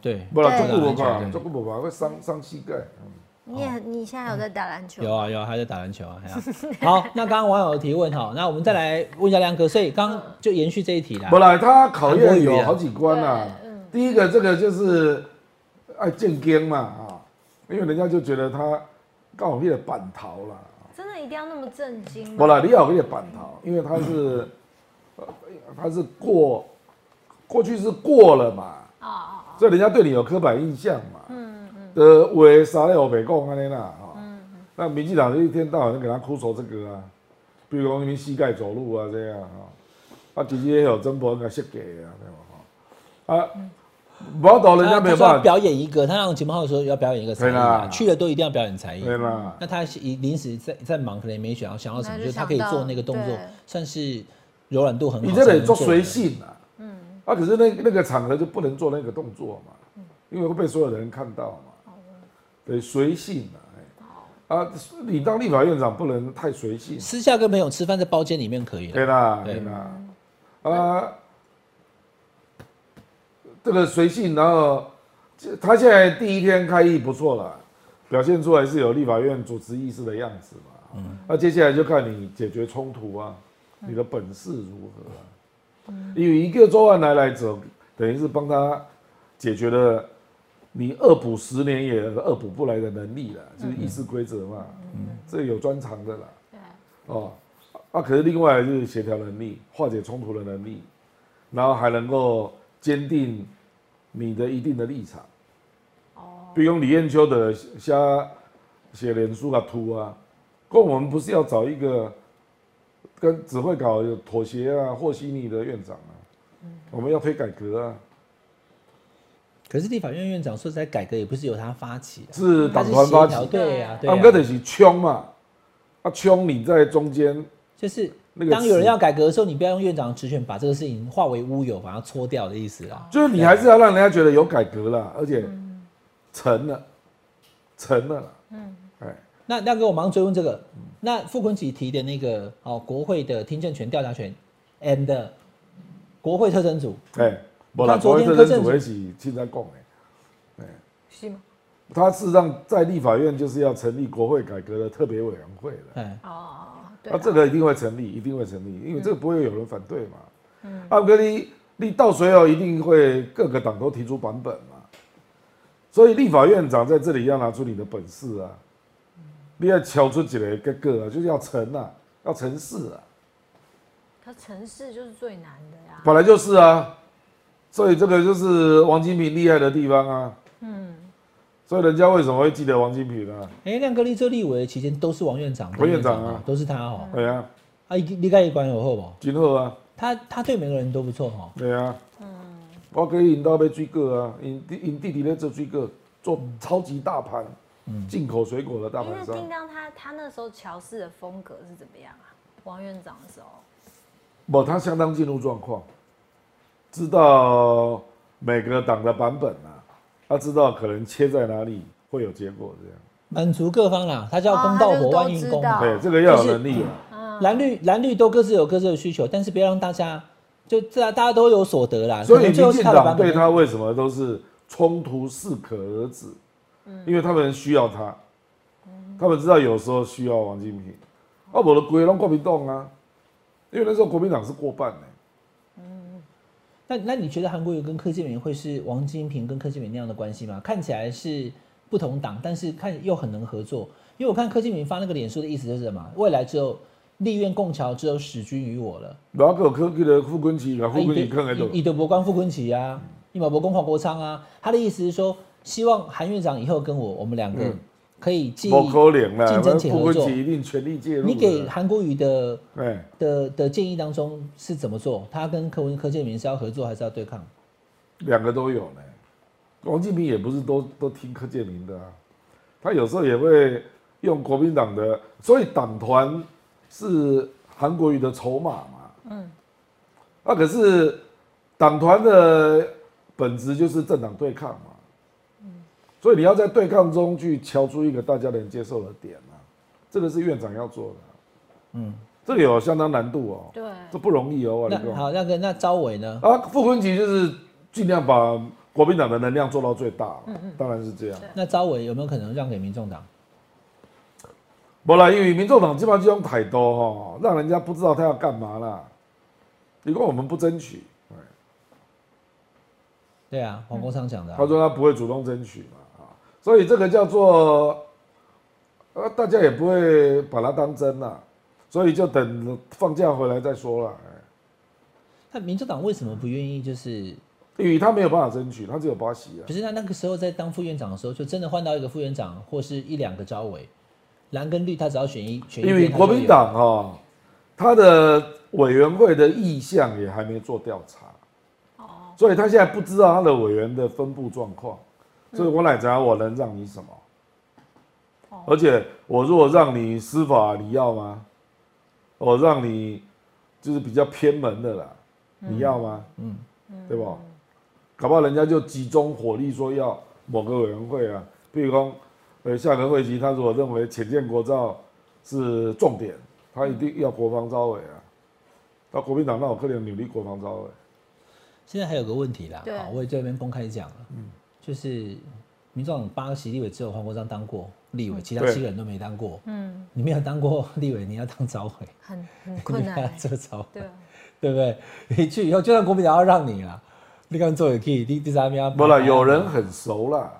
S2: 对，
S3: 不然
S4: 对
S3: 中国不
S2: 对
S3: 怕，中国不怕会伤伤膝盖。嗯
S4: 你也你现在有在打篮球？
S2: 有啊有啊，他在打篮球啊。哎呀 好，那刚刚网友的提问哈，那我们再来问一下亮哥，所以刚刚就延续这一题啦
S3: 不。啦，他考验
S2: 韩国瑜
S3: 有
S2: 啊
S3: 好几关啊。第一个这个就是爱建根嘛啊，因为人家就觉得他刚好那个板桃啦。
S6: 真的一定要那么震惊吗？
S3: 不啦，你要有一个板头，因为他是，呃他是过，过去是过了嘛，
S6: 哦哦哦，
S3: 所以人家对你有刻板印象嘛。嗯嗯。呃，为啥要北共安尼啦？哈、
S6: 嗯
S3: 那民进党就一天到晚就给他哭愁这个啊，比如说你们膝盖走路啊这样啊，啊，其实也有曾伯恩给设计的啊，对吧？啊，毛导人家没
S2: 他
S3: 有
S2: 说要
S3: 办法，
S2: 表演一个，他让节目号说要表演一个才艺
S3: 对啦
S2: 嘛，去了都一定要表演才艺。啊
S3: 对啦。
S2: 那他是以临时在在忙，可能也没想到想到什么，
S4: 那就
S2: 就是他
S4: 想
S2: 可以
S4: 到
S2: 做那个动作
S4: 对，
S2: 算是柔软度很好。
S3: 你这
S2: 才
S3: 得
S2: 能
S3: 做
S2: 的
S3: 随。性啊，嗯，啊，可是那那个场合就不能做那个动作嘛，因为会被所有的人看到嘛，对，随性啊，哎，啊，你当立法院长不能太随性，啊
S2: 私下跟朋友吃饭，在包间里面可以
S3: 对
S2: 的。
S3: 啦，
S2: 对
S3: 对啦，啊，这个随性，然后这他现在第一天开议不错了，表现出来是有立法院主持议事的样子嘛，
S2: 嗯
S3: 那接下来就看你解决冲突啊，你的本事如何啊。有一个作案来来者，等于是帮他解决了你恶补十年也恶补不来的能力了，就是议事规则嘛，
S2: 嗯
S3: 这有专长的啦。哦，啊，可是另外就是协调能力、化解冲突的能力，然后还能够坚定你的一定的立场。哦，比如说李彦秋的虾写脸书啊、图啊，可我们不是要找一个跟只会搞妥协啊、和稀泥的院长啊，
S2: 嗯
S3: 我们要推改革啊，
S2: 可是立法院院长说实在改革也不是由他发起的，
S3: 是
S2: 他
S3: 党
S2: 是
S3: 团发
S2: 协
S3: 起
S2: 调，对呀、啊，对、
S3: 他们哥
S2: 啊，
S3: 得是冲嘛，啊冲你在中间，
S2: 就是
S3: 那个
S2: 当有人
S3: 词
S2: 要改革的时候，你不要用院长的职权把这个事情化为乌有，把它搓掉的意思啊啦。
S3: 就是你还是要让人家觉得有改革啦，而且成了，成了啦，嗯，哎，
S2: 那亮哥，我马上追问这个。那傅昆萁提的那个哦，国会的听证权、调查权，and 国会特征组，
S3: 哎，不啦，
S2: 那昨
S3: 昨
S2: 天
S3: 天
S2: 柯
S3: 跟
S2: 震
S3: 政
S2: 甫
S3: 府一起进山共哎，
S4: 是吗？
S3: 他事实上在立法院就是要成立国会改革的特别委员会了。
S2: 哎，
S4: 哦，对
S3: 那、
S4: 啦，
S3: 这个一定会成立，一定会成立，因为这个不会有人反对嘛。嗯，阿哥你你到随后一定会各个党都提出版本嘛，所以立法院长在这里要拿出你的本事啊，你要敲出几个个个啊，就是要成啊，要成事啊，
S4: 可城市就是最难的呀。
S3: 本来就是啊，所以这个就是王金平厉害的地方啊。嗯，所以人家为什么会记得王金平啊？
S2: 哎，亮哥，你做立委的期间都是王院长，
S3: 王院长啊
S2: 王都是他
S4: 嗯
S2: 哦。
S3: 对啊，
S2: 啊，你你该也管有后不？
S3: 今后啊。
S2: 他他对每个人都不错哦。
S3: 对啊，
S4: 嗯
S3: 我可以引到被追过啊，引引弟弟咧做追过，做超级大盘，进口水果的大
S4: 因为
S3: 盘商，
S4: 叮当他他那时候乔氏的风格是怎么样啊？王院长的时候，
S3: 不，他相当进入状况，知道每个党的版本啊，他知道可能切在哪里会有结果这样。
S2: 满足各方啦，他叫
S4: 哦
S2: 公道
S4: 他就
S2: 婆
S4: 都
S2: 万运公
S4: 知道
S2: 嘛。
S3: 对，这个要有能力啊，
S2: 蓝绿蓝绿都各自有各自的需求，但是不要让大家就自然大家都有所得啦。
S3: 所
S2: 啊可
S3: 以
S2: 能最
S3: 民
S2: 后是
S3: 进
S2: 他的版
S3: 党
S2: 本
S3: 对他为什么都是冲突适可而止？因为他们需要他，他们知道有时候需要王金平，啊，我的鬼让国民党啊，因为那时候国民党是过半呢、
S2: 那那你觉得韩国瑜跟柯建铭会是王金平跟柯建铭那样的关系吗？看起来是不同党，但是看又很能合作。因为我看柯建铭发那个脸书的意思就是什么？未来只有立院共桥，只有始君与我了。
S3: 然后还有科技的傅昆奇，把傅
S2: 一
S3: 昆
S2: 对
S3: 奇看嗯看懂，
S2: 啊一对博光傅昆奇啊，一毛博光黄国昌啊。他的意思是说，希望韩院长以后跟我我们两个
S3: 嗯
S2: 可以记忆。
S3: 不可能啦
S2: 竞，争起合
S3: 傅
S2: 作
S3: 昆奇一定全力介入的。
S2: 你给韩国瑜的
S3: 哎，
S2: 的的建议当中是怎么做？他跟柯文柯建铭是要合作还是要对抗？
S3: 两个都有呢。王金平也不是都都听柯建明的啊，他有时候也会用国民党的，所以党团是韩国瑜的筹码嘛。嗯。那、可是党团的本质就是政党对抗嘛。所以你要在对抗中去敲出一个大家能接受的点啊，这个是院长要做的、嗯，这个有相当难度哦、
S4: 对，
S3: 这不容易哦、我跟你
S2: 那
S3: 讲。
S2: 好，那个那招伟呢？
S3: 啊，傅昆萁就是尽量把国民党的能量做到最大，当然是这样。
S2: 那招委有没有可能让给民众党？
S3: 不啦，因为民众党基本上就用太多哈，让人家不知道他要干嘛啦。你说我们不争取，哎
S2: 对
S4: 嗯
S2: 啊，黄国昌讲的啊、
S3: 他说他不会主动争取嘛，啊，所以这个叫做，呃，大家也不会把它当真啦，所以就等放假回来再说了。哎
S2: 那民进党为什么不愿意？就是
S3: 因为他没有办法争取，他只有巴西啊
S2: 不。是那那个时候在当副院长的时候，就真的换到一个副院长或是一两个招委，蓝跟绿他只要选一选一边。
S3: 因为国民党哈、哦，他的委员会的意向也还没做调查，所以他现在不知道他的委员的分布状况，所以我奶茶我能让你什么？而且我如果让你司法，你要吗？我让你就是比较偏门的啦，你要吗？嗯，对吧？搞不好人家就集中火力说要某个委员会啊，譬如说，呃，下个会期他如果认为浅见国造是重点，他一定要国防招委啊。那国民党那我可能努力国防招委，
S2: 现在还有个问题啦，
S4: 对
S2: 好，我也在这边公开讲了，啊
S3: 嗯
S2: 就是民众党八个席立委只有黄国昌当过立委，其他
S3: 对
S2: 七个人都没当过。嗯，你没有当过立委，你要当招委，
S4: 很很困 难
S2: 你要
S4: 欸。
S2: 做招委，
S4: 对啊，
S2: 对不对？你去以后，就算国民党要让你啦，你敢做也可以，第第三名啊。
S3: 不了，有人很熟啦。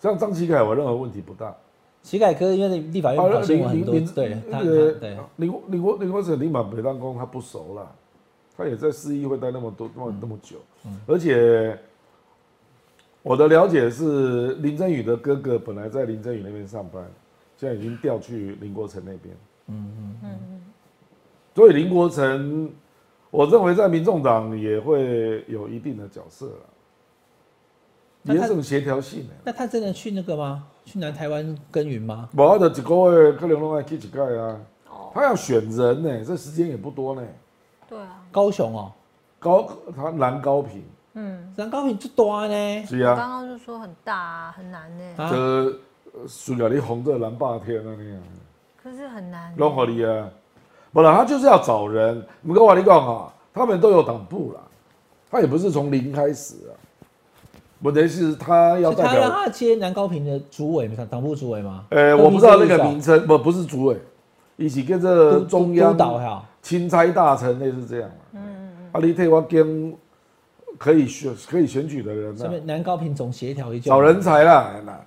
S3: 像张启凯，我认为问题不大。
S2: 乞丐哥，因为立法院
S3: 啊
S2: 表现过很
S3: 林
S2: 多，
S3: 林
S2: 对他，他
S3: 那个
S2: 对，
S3: 林国林国林国成林满北当工他不熟啦，他也在市议会待那么多那么那么久，
S2: 嗯
S3: 而且我的了解是林振宇的哥哥本来在林振宇那边上班，现在已经调去林国成那边。嗯嗯嗯。所以林国成，我认为在民众党也会有一定的角色了，
S2: 那
S3: 也
S2: 他
S3: 是协调性的。
S2: 那他真的去那个吗？去南台湾耕耘吗？
S3: 无就一个月可能拢爱去一届啊。
S6: 哦
S3: 他要选人呢、这时间也不多呢、
S4: 对啊，
S2: 高雄哦，
S3: 高他蓝高平
S4: 嗯，
S2: 南高平最大呢。
S3: 是
S4: 我
S3: 啊，呃
S4: 刚刚就说很大啊，很难呢、
S2: 啊，
S3: 这输了你红这蓝霸天啊你啊，
S4: 可是很难、欸
S3: 拢合理啊。不然他就是要找人，不过我跟你讲啊，他们都有党部啦，他也不是从零开始啊。问题是他要
S2: 是
S3: 代
S2: 他让
S3: 表，
S2: 他接南高平的主委嘛，党部主委吗？
S3: 呃，我不知道那个
S2: 啊
S3: 名称，不不是主委，一起跟着
S2: 都
S3: 中
S2: 督
S3: 央
S2: 导哈，
S3: 钦差大臣类似这样嘛。嗯啊，你替我跟可以选可以选举的人呢、
S2: 什么南高平总协调一
S3: 找人才啦，哎啦，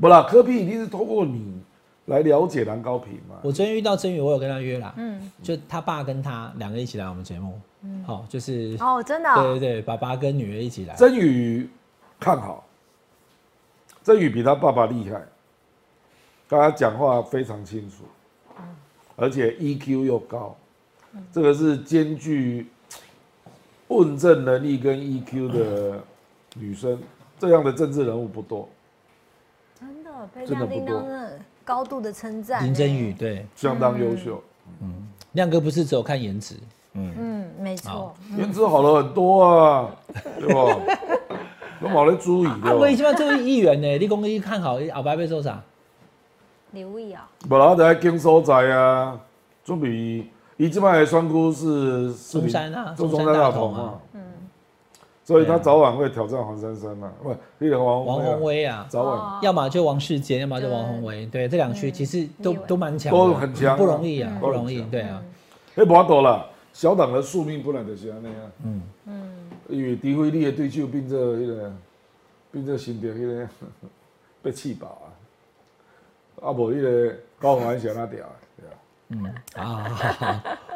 S3: 不啦，科比一定是透过你来了解蓝高平嘛。
S2: 我昨天遇到真宇，我有跟他约啦，嗯，就他爸跟他两个一起来我们节目，好、就是、
S4: 哦，真的、
S2: 对对
S4: 哦，
S2: 对，爸爸跟女儿一起来，
S3: 真宇看好，真宇比他爸爸厉害，大家讲话非常清楚，而且 EQ 又高，这个是兼具问政能力跟 EQ 的女生，这样的政治人物不多。
S4: 真的被
S3: 真的
S4: 亮
S3: 不
S4: 叮当
S3: 多
S4: 真的高度的称赞、欸
S2: 林真宇，，对，
S3: 相当优秀，
S2: 亮哥不是只有看颜值，
S4: 嗯，没错，
S3: 颜值好了很多啊，对吧？ 都冇咧注意
S2: 啊，
S3: 的
S2: 我已经把这位议员呢，立 功一看好，阿白被受伤，
S4: 刘毅啊，
S3: 无啦，就爱经所在啊，准备伊即摆的选区是士林
S2: 中山啊
S3: 中
S2: 中
S3: 中
S2: 山
S3: 山
S2: 大
S3: 大
S2: 同
S3: 同
S2: 啊
S3: 啊，所以
S2: 对
S3: 他
S2: 啊
S3: 早晚会挑战黄珊珊啊，不，那个王
S2: 王宏
S3: 宏威
S2: 威啊
S3: 啊，，早晚
S2: 要么就王世杰，要么就王宏威，对，这两区其实都
S4: 立委
S2: 都蛮强的，
S3: 都很强啊，
S2: 不容易啊，
S3: 嗯
S2: 不容易，
S3: 都很强
S2: 对啊，
S3: 迄哎无多啦，小党的宿命本来就是安尼啊，嗯嗯，因为诋毁你的对手变做迄、个，变做新的迄、个 被气饱啊，啊无迄个高虹安是安那调的，对啊。
S2: 啊， 好好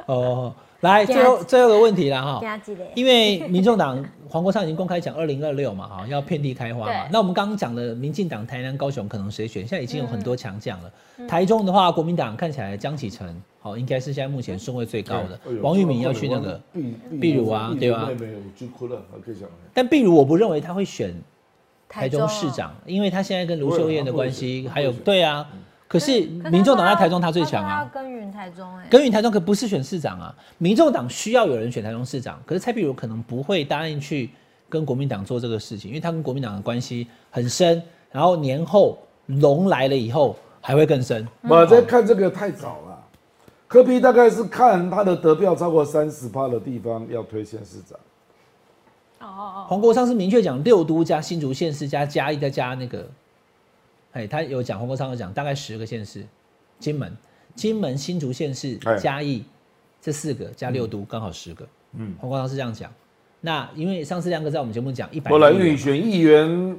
S2: 好哦，来最后最后一个问题了哈，
S4: 加几嘞，
S2: 因为民众党黄国昌已经公开讲二零二六嘛，哈，要遍地开花嘛
S6: 对。
S2: 那我们刚刚讲的，民进党台南、高雄可能谁选，现在已经有很多强将了。台中的话，国民党看起来江启臣，好，应该是现在目前顺位最高的
S3: 哎呦。
S2: 王玉敏要去那个，
S3: 秘
S2: 秘鲁啊对吧
S3: 妹妹有去哭了，还可以讲。
S2: 但碧如我不认为他会选台中
S4: 啊
S2: 市，长，因为他现在跟卢
S3: 不会
S2: 秀
S3: 啊
S2: 燕的
S3: 他不会
S2: 关
S3: 选
S2: 系，
S3: 他不
S2: 还有
S3: 会选嗯
S2: 对啊。可是民众党在台中他最强啊。
S4: 他耕耘台中哎、
S2: 耕耘台中可不是选市长啊，民众党需要有人选台中市长，可是蔡壁如可能不会答应去跟国民党做这个事情，因为他跟国民党的关系很深，然后年后龙来了以后还会更深。
S3: 我在看这个太早了，科比大概是看他的得票超过三十趴的地方要推县市长，
S6: 哦哦
S2: 黄国昌是明确讲六都加新竹县市加嘉义再加那个，哎，他有讲黄国昌有讲大概十个县市，金门、金门、新竹县市
S3: 哎、
S2: 嘉义这四个加六都刚好十个。嗯，黄国昌是这样讲。那因为上次亮哥在我们节目讲一百，
S3: 不然因为选议员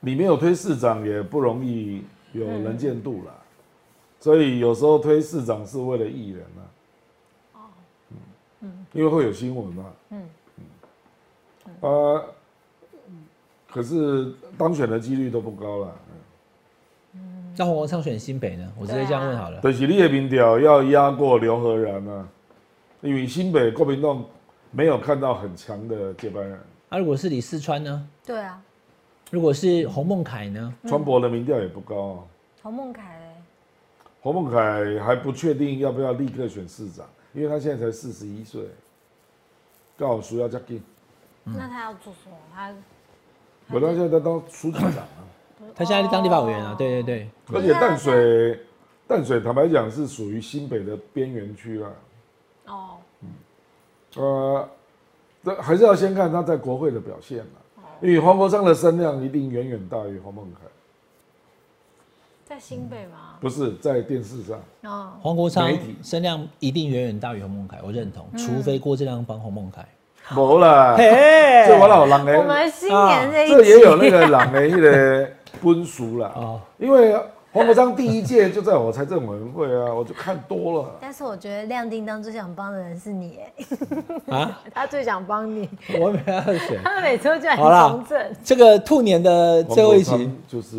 S3: 里面有推市长也不容易有能见度啦，所以有时候推市长是为了议员啊。嗯，因为会有新闻嘛。嗯啊，可是当选的几率都不高了。
S2: 那黄国昌选新北呢？我直接这样问好了。
S3: 但是你的民调要压过刘和然啊，因为新北国民党没有看到很强的接班人，
S2: 啊，如果是李四川呢？
S4: 对啊，
S2: 如果是洪孟凯呢？
S3: 川博的民调也不高、啊，
S4: 侯孟凯嘞，
S3: 洪孟凯还不确定要不要立刻选市长，因为他现在才四十一岁，刚好输要加进，
S4: 那他要做什么？他
S3: 我到现在在当书记长啊，
S2: 他现在在当立法委员啊，对对对，
S3: 而且淡水淡水坦白讲是属于新北的边缘区啦，
S6: 哦哦，
S3: 呃，这还是要先看他在国会的表现
S2: 哦
S3: 啦，因为黄国昌的声量一定远远大于黄孟凯。
S6: 在新北吗？
S3: 不是在电视上，
S4: 哦，
S2: 黄国昌
S3: 媒体
S2: 声量一定远远大于洪孟凯，我认同，除非郭正亮帮洪孟凯。
S3: 没啦，
S2: 嘿
S3: 这我老人
S4: 我
S3: 的，
S4: 们新年这一集、
S3: 这也有那个人的那个分数啦。
S2: 哦，
S3: 因为黄国章第一届就在我财政委员会啊，我就看多了。
S4: 但是我觉得亮叮当最想帮的人是你，哎
S2: 啊，
S4: 他最想帮你，
S2: 我没有选。
S4: 他每周就来
S2: 好啦
S4: 从政，
S2: 这个兔年的最后一
S3: 黄
S2: 集
S3: 国昌就是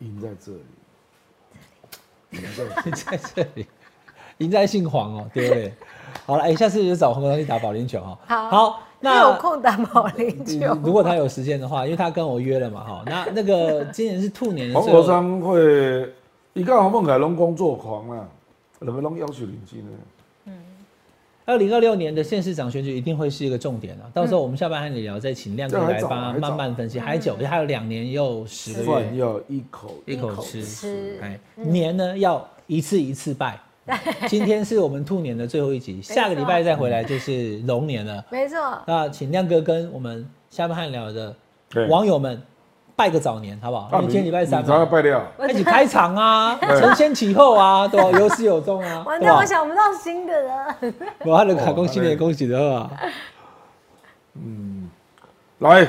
S3: 赢在这里，赢在这 里
S2: 在这里，赢在姓黄哦，对不对？好了，哎、下次就找黄国昌去打保龄球哈、
S4: 好
S2: 好，
S4: 你
S2: 那嗯
S4: 有空打保龄
S2: 你
S4: 球？
S2: 如果他有时间的话，因为他跟我约了嘛哈。那那 个今年是兔年的嗯
S3: 黄
S2: 最后
S3: 国昌会，伊甲黄孟凯拢工作狂啊，两个拢要求领进呢。
S2: 二零二六年的县市长选举一定会是一个重点啊！到时候我们下班和你聊，再请亮哥
S3: 这还
S2: 来
S3: 早
S2: 帮
S3: 还早
S2: 慢慢分析，还久，还有两年又十个
S3: 饭
S2: 月，
S3: 要一口
S2: 一口吃
S4: 吃
S2: 哎，
S4: 嗯
S2: 年呢要一次一次拜。今天是我们兔年的最后一 集，下个礼拜再回来就是龙年了。
S4: 没错，
S2: 那请亮哥跟我们下班和你聊的
S3: 对啊
S2: 网友们拜个早年，好不好？因为哦今天礼拜三
S3: 你才要
S2: 嘛，
S3: 拜料。
S2: 一起开场 啊，
S3: 对
S2: 承先启后啊，对吧？有始有终啊，
S4: 完
S2: 对
S4: 蛋，
S2: 吧
S4: 我？想不到新的人。
S2: 我还能卡
S3: 哦
S2: 恭喜
S3: 那
S2: 你，
S3: 个
S2: 恭喜的啊！
S3: 来，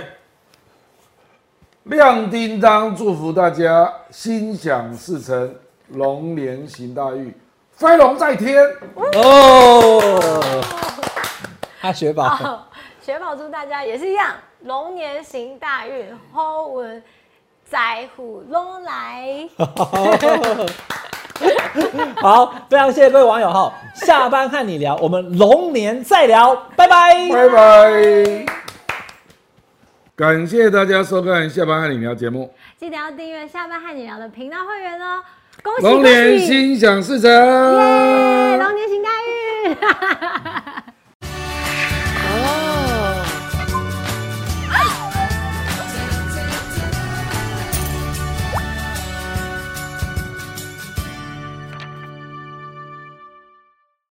S3: 亮叮当祝福大家心想事成，龙年行大运，飞龙在天。
S2: 哦，他学
S4: 哦
S2: 宝，
S6: 雪宝祝大家也是一样，龙年行大运，好运在虎龙来。
S2: 好，非常谢谢各位网友哈，下班和你聊，我们龙年再聊，拜拜。
S3: 拜拜。感谢大家收看下班和你聊节目，
S6: 记得要订阅下班和你聊的频道会员哦。恭喜
S3: 龙
S6: 恭
S3: 年
S6: 喜，
S3: 心想事成。
S6: 耶龙年行大运。